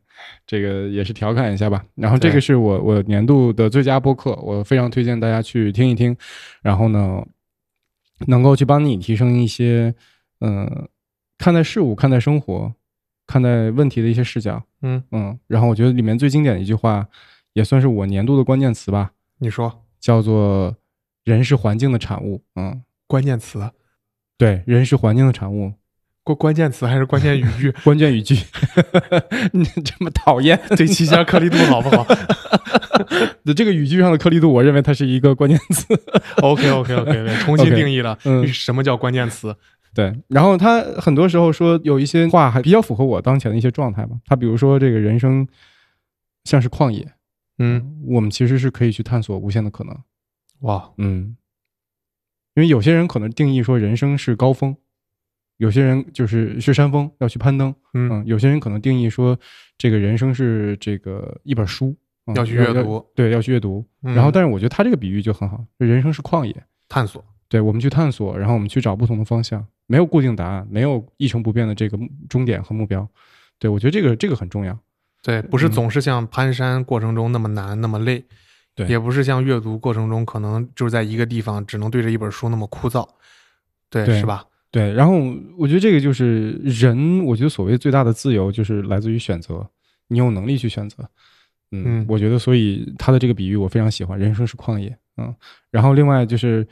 [SPEAKER 3] 这个也是调侃一下吧。然后这
[SPEAKER 2] 对
[SPEAKER 3] 个是我我年度的最佳播客，我非常推荐大家去听一听。然后呢，能够去帮你提升一些，嗯、看待事物、看待生活、看待问题的一些视角。
[SPEAKER 2] 嗯，
[SPEAKER 3] 嗯，然后我觉得里面最经典的一句话，也算是我年度的关键词吧，
[SPEAKER 2] 你说
[SPEAKER 3] 叫做“人是环境的产物”。嗯，
[SPEAKER 2] 关键词，
[SPEAKER 3] 对，人是环境的产物，
[SPEAKER 2] 关关键词还是关键语句？
[SPEAKER 3] 关键语句。 你这么讨厌，
[SPEAKER 2] 对齐下颗粒度好不好
[SPEAKER 3] 这个语句上的颗粒度，我认为它是一个关键词。
[SPEAKER 2] ？OK OK OK，对，重新
[SPEAKER 3] OK，
[SPEAKER 2] 定义了，
[SPEAKER 3] 嗯
[SPEAKER 2] 什么叫关键词？
[SPEAKER 3] 对，然后他很多时候说有一些话还比较符合我当前的一些状态吧。他比如说这个人生像是旷野，
[SPEAKER 2] 嗯，
[SPEAKER 3] 我们其实是可以去探索无限的可能。
[SPEAKER 2] 哇，
[SPEAKER 3] 嗯，因为有些人可能定义说人生是高峰，有些人就是是山峰要去攀登，
[SPEAKER 2] 嗯
[SPEAKER 3] 嗯，有些人可能定义说这个人生是这个一本书，嗯
[SPEAKER 2] 要去阅读
[SPEAKER 3] 对，要去阅读。
[SPEAKER 2] 嗯
[SPEAKER 3] 然后，但是我觉得他这个比喻就很好，人生是旷野，
[SPEAKER 2] 探索，
[SPEAKER 3] 对我们去探索，然后我们去找不同的方向，没有固定答案，没有一成不变的这个目终点和目标。对我觉得这个这个很重要。
[SPEAKER 2] 对，不是总是像攀山过程中那么难那么累，
[SPEAKER 3] 嗯对
[SPEAKER 2] 也不是像阅读过程中可能就是在一个地方只能对着一本书那么枯燥，对，
[SPEAKER 3] 对
[SPEAKER 2] 是吧？
[SPEAKER 3] 对，然后我觉得这个就是人，我觉得所谓最大的自由就是来自于选择，你有能力去选择。嗯，
[SPEAKER 2] 嗯
[SPEAKER 3] 我觉得所以他的这个比喻我非常喜欢，人生是旷野。嗯，然后另外就是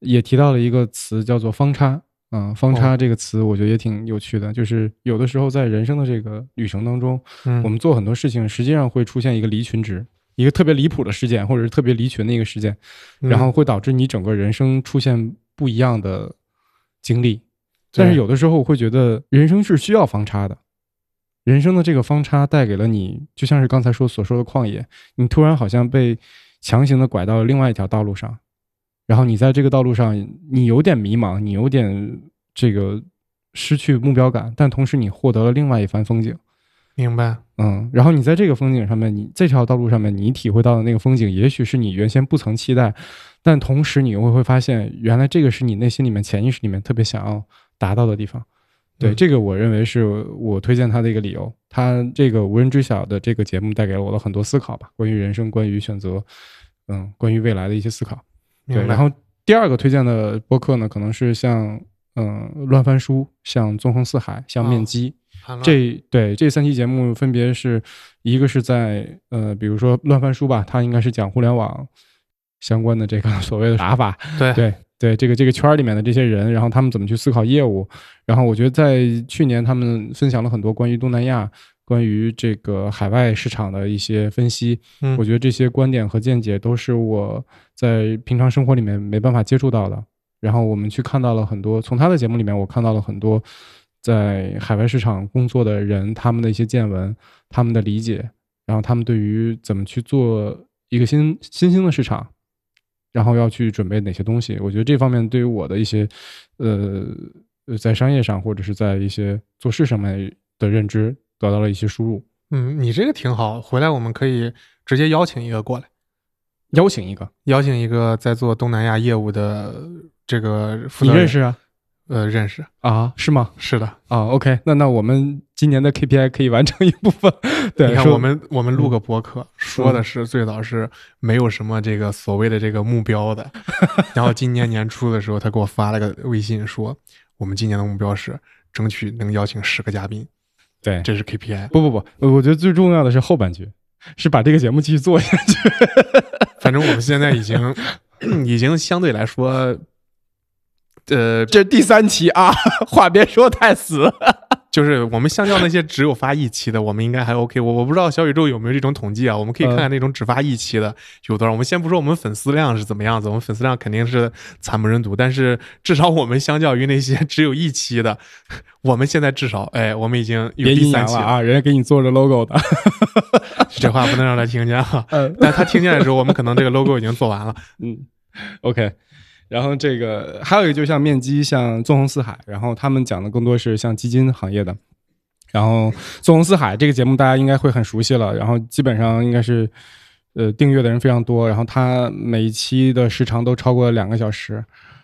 [SPEAKER 3] 也提到了一个词叫做方差。嗯，方差
[SPEAKER 2] 哦
[SPEAKER 3] 这个词我觉得也挺有趣的，就是有的时候在人生的这个旅程当中，
[SPEAKER 2] 嗯，
[SPEAKER 3] 我们做很多事情，实际上会出现一个离群值，一个特别离谱的事件，或者是特别离群的一个事件，
[SPEAKER 2] 嗯
[SPEAKER 3] 然后会导致你整个人生出现不一样的经历。但是
[SPEAKER 2] 对
[SPEAKER 3] 有的时候我会觉得人生是需要方差的，人生的这个方差带给了你，就像是刚才说所说的旷野，你突然好像被强行的拐到了另外一条道路上，然后你在这个道路上，你有点迷茫，你有点这个失去目标感，但同时你获得了另外一番风景。
[SPEAKER 2] 明白，
[SPEAKER 3] 嗯，然后你在这个风景上面，你这条道路上面，你体会到的那个风景，也许是你原先不曾期待，但同时你又会发现，原来这个是你内心里面、潜意识里面特别想要达到的地方。对，
[SPEAKER 2] 嗯
[SPEAKER 3] 这个我认为是我推荐他的一个理由。他这个无人知晓的这个节目带给了我的很多思考吧，关于人生，关于选择，嗯，关于未来的一些思考。对，
[SPEAKER 2] 明白
[SPEAKER 3] 然后第二个推荐的播客呢，可能是像嗯、乱翻书，像纵横四海，像面
[SPEAKER 2] 哦
[SPEAKER 3] 基。
[SPEAKER 2] 谈了
[SPEAKER 3] 这对这三期节目分别是一个是在呃，比如说乱翻书吧，它应该是讲互联网相关的这个 所谓的打法，
[SPEAKER 2] 对
[SPEAKER 3] 对对，这个这个圈儿里面的这些人，然后他们怎么去思考业务，然后我觉得在去年他们分享了很多关于东南亚、关于这个海外市场的一些分析，
[SPEAKER 2] 嗯
[SPEAKER 3] 我觉得这些观点和见解都是我在平常生活里面没办法接触到的。然后我们去看到了很多，从他的节目里面，我看到了很多在海外市场工作的人他们的一些见闻、他们的理解，然后他们对于怎么去做一个新新兴的市场，然后要去准备哪些东西，我觉得这方面对于我的一些呃呃在商业上或者是在一些做事上面的认知得到了一些输入。
[SPEAKER 2] 嗯，你这个挺好，回来我们可以直接邀请一个过来，
[SPEAKER 3] 邀请一个，
[SPEAKER 2] 邀请一个在做东南亚业务的这个负
[SPEAKER 3] 你
[SPEAKER 2] 责人
[SPEAKER 3] 认？识啊？
[SPEAKER 2] 呃，认识，
[SPEAKER 3] 啊，是吗？
[SPEAKER 2] 是的。
[SPEAKER 3] 啊，OK，那那我们今年的 KPI 可以完成一部分。对，
[SPEAKER 2] 你看，
[SPEAKER 3] 说嗯
[SPEAKER 2] 我们我们录个播客，说的是最早是没有什么这个所谓的这个目标 的，然后今年年初的时候，他给我发了个微信说，我们今年的目标是争取能邀请十个嘉宾，
[SPEAKER 3] 对，
[SPEAKER 2] 这是 KPI。
[SPEAKER 3] 不不不，呃我觉得最重要的是后半句，是把这个节目继续做下去。
[SPEAKER 2] 反正我们现在已经 已经相对来说，呃，
[SPEAKER 3] 这是第三期啊，话别说太死。
[SPEAKER 2] 就是我们相较那些只有发一期的，我们应该还 OK 我。我不知道小宇宙有没有这种统计啊？我们可以
[SPEAKER 3] 嗯
[SPEAKER 2] 看看那种只发一期的有多少。我们先不说我们粉丝量是怎么样子，我们粉丝量肯定是惨不忍睹，但是至少我们相较于那些只有一期的，我们现在至少哎，我们已经有
[SPEAKER 3] 别
[SPEAKER 2] 第
[SPEAKER 3] 阴
[SPEAKER 2] 三
[SPEAKER 3] 阳
[SPEAKER 2] 期
[SPEAKER 3] 了啊，人家给你做着 logo 的。
[SPEAKER 2] 这话不能让他听见啊。
[SPEAKER 3] 嗯
[SPEAKER 2] 但他听见的时候，我们可能这个 logo 已经做完了。
[SPEAKER 3] 嗯，OK。然后这个还有一个，就像面基，像纵横四海，然后他们讲的更多是像基金行业的。然后纵横四海这个节目大家应该会很熟悉了，然后基本上应该是呃订阅的人非常多，然后它每一期的时长都超过两个小时，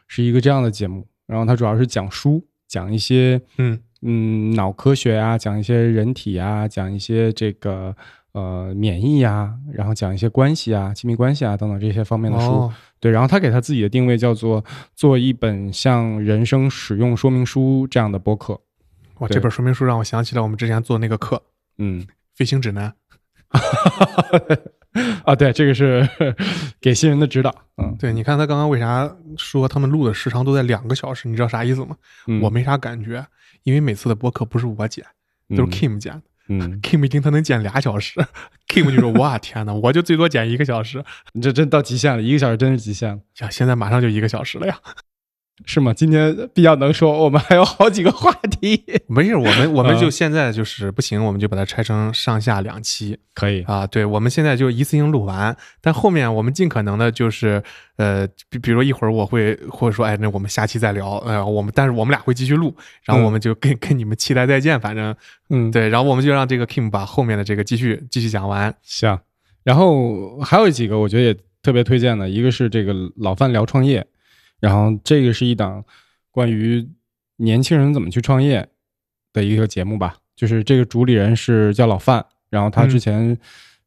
[SPEAKER 3] 是一个这样的节目。然后它主要是讲书，讲一些
[SPEAKER 2] 嗯
[SPEAKER 3] 嗯，脑科学啊，讲一些人体啊，讲一些这个呃免疫啊，然后讲一些关系啊、亲密关系啊等等这些方面的书。
[SPEAKER 2] 哦
[SPEAKER 3] 对，然后他给他自己的定位叫做做一本像人生使用说明书这样的播客。
[SPEAKER 2] 哇，
[SPEAKER 3] 对
[SPEAKER 2] 这本说明书让我想起了我们之前做那个课《
[SPEAKER 3] 嗯，
[SPEAKER 2] 飞行指南》。
[SPEAKER 3] 啊，对，这个是给新人的指导。嗯，
[SPEAKER 2] 对，你看他刚刚为啥说他们录的时长都在两个小时？你知道啥意思吗？
[SPEAKER 3] 嗯
[SPEAKER 2] 我没啥感觉，因为每次的播客不是我剪，都是
[SPEAKER 3] 嗯
[SPEAKER 2] Kim 剪的。
[SPEAKER 3] 嗯，
[SPEAKER 2] Kim 一听他能剪俩小时，Kim 就说：“哇，天哪，我就最多剪一个小时
[SPEAKER 3] 你这真到极限了，一个小时真是极限了，
[SPEAKER 2] 呀！现在马上就一个小时了呀。
[SPEAKER 3] 是吗？今天比较能说，我们还有好几个话题。
[SPEAKER 2] 没事，我们我们
[SPEAKER 3] 啊
[SPEAKER 2] 就现在就是不行，我们就把它拆成上下两期
[SPEAKER 3] 可以，
[SPEAKER 2] 啊。对，我们现在就一次性录完，但后面我们尽可能的就是呃，比比如一会儿我会或者说哎，那我们下期再聊，呃，我们但是我们俩会继续录，然后我们就跟、跟你们期待再见，反正
[SPEAKER 3] 嗯，
[SPEAKER 2] 对，然后我们就让这个 Kim 把后面的这个继续继续讲完。
[SPEAKER 3] 行，然后还有几个我觉得也特别推荐的，一个是这个老范聊创业，然后这个是一档关于年轻人怎么去创业的一个节目吧，就是这个主理人是叫老范，然后他
[SPEAKER 2] 嗯
[SPEAKER 3] 之前、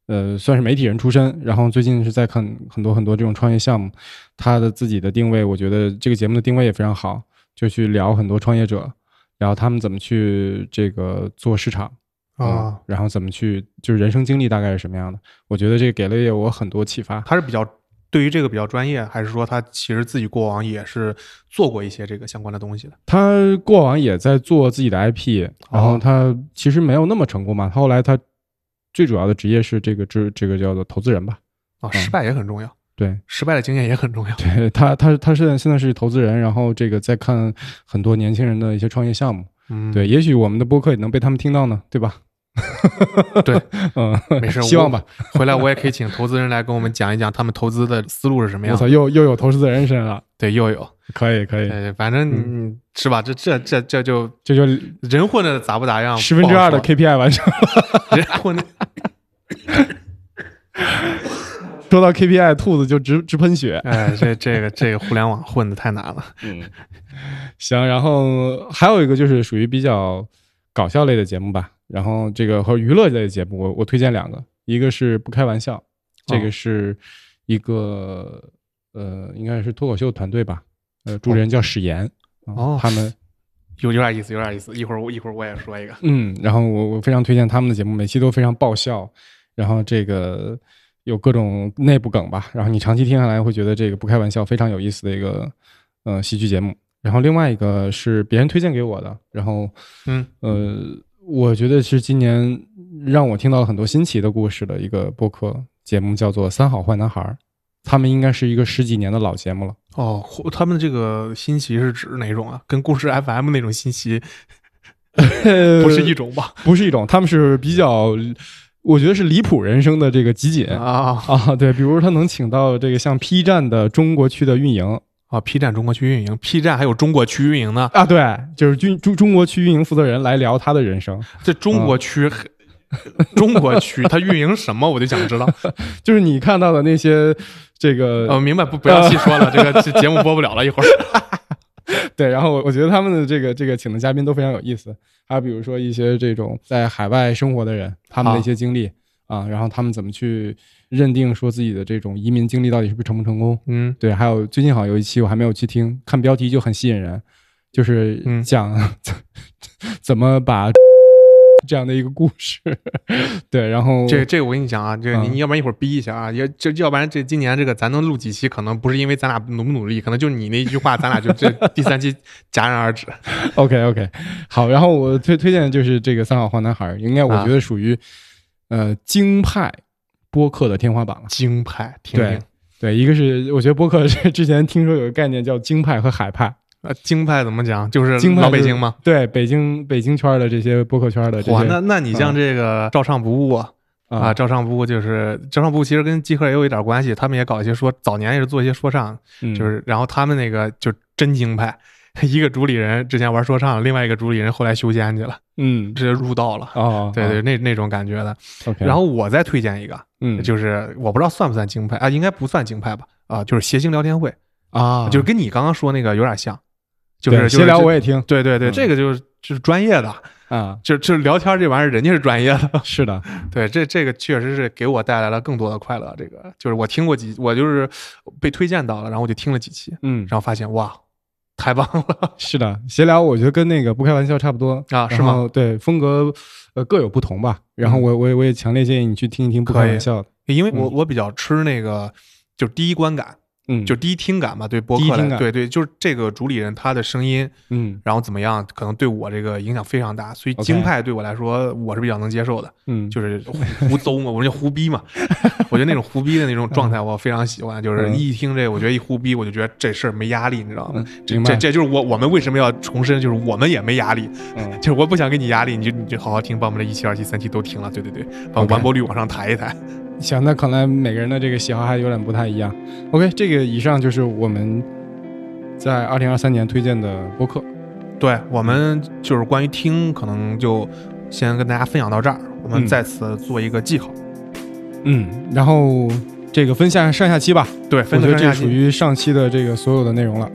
[SPEAKER 3] 呃算是媒体人出身，然后最近是在看很多很多这种创业项目，他的自己的定位，我觉得这个节目的定位也非常好，就去聊很多创业者，然后他们怎么去这个做市场。
[SPEAKER 2] 啊、
[SPEAKER 3] 嗯，然后怎么去，就是人生经历大概是什么样的？我觉得这个给了我很多启发。
[SPEAKER 2] 他是比较对于这个比较专业，还是说他其实自己过往也是做过一些这个相关的东西的？
[SPEAKER 3] 他过往也在做自己的 IP，然后
[SPEAKER 2] 哦
[SPEAKER 3] 他其实没有那么成功嘛。他后来他最主要的职业是这个这这个叫做投资人吧？
[SPEAKER 2] 啊，
[SPEAKER 3] 嗯
[SPEAKER 2] 失败也很重要，
[SPEAKER 3] 对，
[SPEAKER 2] 失败的经验也很重要。
[SPEAKER 3] 对他他他现在现在是投资人，然后这个在看很多年轻人的一些创业项目。
[SPEAKER 2] 嗯，
[SPEAKER 3] 对，也许我们的播客也能被他们听到呢，对吧？
[SPEAKER 2] 对，
[SPEAKER 3] 嗯，
[SPEAKER 2] 没事，
[SPEAKER 3] 希望吧。
[SPEAKER 2] 我。回来我也可以请投资人来跟我们讲一讲他们投资的思路是什么
[SPEAKER 3] 我
[SPEAKER 2] 样
[SPEAKER 3] 操，
[SPEAKER 2] 的。
[SPEAKER 3] 又又有投资人身了，
[SPEAKER 2] 对，又有，
[SPEAKER 3] 可以可以，
[SPEAKER 2] 呃，反正嗯是吧？这这这这就
[SPEAKER 3] 这就
[SPEAKER 2] 人混的啊咋不咋样？
[SPEAKER 3] 十分之
[SPEAKER 2] 不好
[SPEAKER 3] 二的
[SPEAKER 2] 说
[SPEAKER 3] KPI 完成。
[SPEAKER 2] 人混的。
[SPEAKER 3] 说到 KPI，兔子就直直喷血。
[SPEAKER 2] 哎，这这个这个互联网混的太难了。
[SPEAKER 3] 嗯， 行，然后还有一个就是属于比较搞笑类的节目吧，然后这个和娱乐类的节目，我我推荐两个，一个是不开玩笑，
[SPEAKER 2] 哦
[SPEAKER 3] 这个是一个、呃，应该是脱口秀团队吧，呃，主持人叫史岩，啊
[SPEAKER 2] 哦
[SPEAKER 3] 他们
[SPEAKER 2] 有有点意思，有点意思。一会儿我一会儿我也说一个。
[SPEAKER 3] 嗯，然后我我非常推荐他们的节目，每期都非常爆笑，然后这个有各种内部梗吧，然后你长期听下来会觉得这个不开玩笑非常有意思的一个呃喜剧节目。然后另外一个是别人推荐给我的，然后
[SPEAKER 2] 嗯
[SPEAKER 3] 呃，我觉得是今年让我听到了很多新奇的故事的一个播客节目，叫做《三好坏男孩》，他们应该是一个十几年的老节目了。
[SPEAKER 2] 哦，他们这个新奇是指哪种啊？跟故 事 FM 那种新奇
[SPEAKER 3] 呃
[SPEAKER 2] 不是一种吧？
[SPEAKER 3] 不是一种，他们是比较，我觉得是离谱人生的这个集锦
[SPEAKER 2] 啊
[SPEAKER 3] 啊，对，比如他能请到这个像 P 站的中国区的运营
[SPEAKER 2] 啊！P 站中国区运营，P 站还有中国区运营呢。
[SPEAKER 3] 啊，对，就是军中中国区运营负责人来聊他的人生，
[SPEAKER 2] 这中国区， 中国区它运营什么？我就想 知道。
[SPEAKER 3] 就是你看到的那些这个、
[SPEAKER 2] 呃，明白不？不要细说 了，这个这节目播不了了。一会儿
[SPEAKER 3] 对，然后我我觉得他们的这个这个请的嘉宾都非常有意思，还有比如说一些这种在海外生活的人，他们的一些经历啊，然后他们怎么去认定说自己的这种移民经历到底是不是成不成功，
[SPEAKER 2] 嗯，
[SPEAKER 3] 对，还有最近好像有一期我还没有去听，看标题就很吸引人，就是
[SPEAKER 2] 嗯
[SPEAKER 3] 讲、 怎么把 这样的一个故事， 对，然后
[SPEAKER 2] 这这个我跟你讲啊，这个
[SPEAKER 3] 嗯
[SPEAKER 2] 您要不然一会儿逼一下啊，要这要不然这今年这个咱能录几期，可能不是因为咱俩努不努力，可能就你那一句话，咱俩就这第三期戛然而止。
[SPEAKER 3] OK OK，好，然后我推推荐的就是这个《三好坏男孩》，应该我
[SPEAKER 2] 啊
[SPEAKER 3] 觉得属于、呃京派播客的天花板了。
[SPEAKER 2] 京派，听
[SPEAKER 3] 对
[SPEAKER 2] 听
[SPEAKER 3] 对，一个是我觉得播客是之前听说有个概念叫京派和海派，
[SPEAKER 2] 呃，京派怎么讲？就是
[SPEAKER 3] 京派
[SPEAKER 2] 嗯老北
[SPEAKER 3] 就是
[SPEAKER 2] 京吗？？
[SPEAKER 3] 对，北京北京圈儿的这些播客圈儿的这
[SPEAKER 2] 哇，
[SPEAKER 3] 些
[SPEAKER 2] 那那你像这个照唱不误啊，啊，
[SPEAKER 3] 嗯啊
[SPEAKER 2] 照唱不误就是照唱不误，其实跟极客也有一点关系，他们也搞一些说，早年也是做一些说唱，
[SPEAKER 3] 嗯
[SPEAKER 2] 就是然后他们那个就真京派， 一个主理人之前玩说唱，另外一个主理人后来修仙去了，
[SPEAKER 3] 嗯
[SPEAKER 2] 直接入道了。
[SPEAKER 3] 哦，
[SPEAKER 2] 对对，那那种感觉的。
[SPEAKER 3] o k
[SPEAKER 2] 然后我再推荐一个，
[SPEAKER 3] 嗯
[SPEAKER 2] 就是我不知道算不算京派啊，应该不算京派吧？啊，就是谐星聊天会，
[SPEAKER 3] 啊，
[SPEAKER 2] 就是跟你刚刚说那个有点像，就
[SPEAKER 3] 对
[SPEAKER 2] 是
[SPEAKER 3] 闲聊我
[SPEAKER 2] 也
[SPEAKER 3] 也听
[SPEAKER 2] 对对对，
[SPEAKER 3] 嗯
[SPEAKER 2] 这个就是就是专业的，
[SPEAKER 3] 啊，
[SPEAKER 2] 就就聊天这玩意儿，人家是专业 的。
[SPEAKER 3] 是的，
[SPEAKER 2] 对，这这个确实是给我带来了更多的快乐。这个就是我听过几，我就是被推荐到了，然后我就听了几期，
[SPEAKER 3] 嗯
[SPEAKER 2] 然，后发现哇，太棒了！
[SPEAKER 3] 是的，闲聊我觉得跟那个不开玩笑差不多
[SPEAKER 2] 啊
[SPEAKER 3] 然
[SPEAKER 2] 是吗嗯
[SPEAKER 3] 后对，风格呃各有不同吧。然后我我也我也强烈建议你去听一听不开
[SPEAKER 2] 可以
[SPEAKER 3] 玩笑的，
[SPEAKER 2] 因为我我比较吃那个就是第一观感，
[SPEAKER 3] 嗯，
[SPEAKER 2] 就第一听感嘛，对播
[SPEAKER 3] 第一
[SPEAKER 2] 客来
[SPEAKER 3] 听感
[SPEAKER 2] 对对，就是这个主理人他的声音，
[SPEAKER 3] 嗯
[SPEAKER 2] 然后怎么样，可能对我这个影响非常大，所以
[SPEAKER 3] OK
[SPEAKER 2] 京派对我来说我是比较能接受的，
[SPEAKER 3] 嗯，
[SPEAKER 2] 就是胡胡诌嘛，我们叫胡逼嘛，我觉得那种胡逼的那种状态我非常喜欢，就是
[SPEAKER 3] 嗯
[SPEAKER 2] 一听这，我觉得一胡逼我就觉得这事儿没压力，你知道吗？
[SPEAKER 3] 嗯
[SPEAKER 2] 这
[SPEAKER 3] 明白
[SPEAKER 2] 这这就是我我们为什么要重申，就是我们也没压力，
[SPEAKER 3] 嗯
[SPEAKER 2] 就是我不想给你压力，你就你就好好听，把我们这一期、二期、三期都听了，对对对，把
[SPEAKER 3] OK
[SPEAKER 2] 完播率往上抬一抬。
[SPEAKER 3] 行，那看来每个人的这个喜好还有点不太一样。OK，这个以上就是我们在二零二三年推荐的播客。
[SPEAKER 2] 对我们就是关于听，可能就先跟大家分享到这儿，我们
[SPEAKER 3] 嗯
[SPEAKER 2] 在此做一个记号。
[SPEAKER 3] 嗯，然后这个分下上下期吧，
[SPEAKER 2] 对，
[SPEAKER 3] 我
[SPEAKER 2] 分
[SPEAKER 3] 觉
[SPEAKER 2] 得
[SPEAKER 3] 得
[SPEAKER 2] 上下
[SPEAKER 3] 这
[SPEAKER 2] 期
[SPEAKER 3] 属于上期的这个所有的内容了。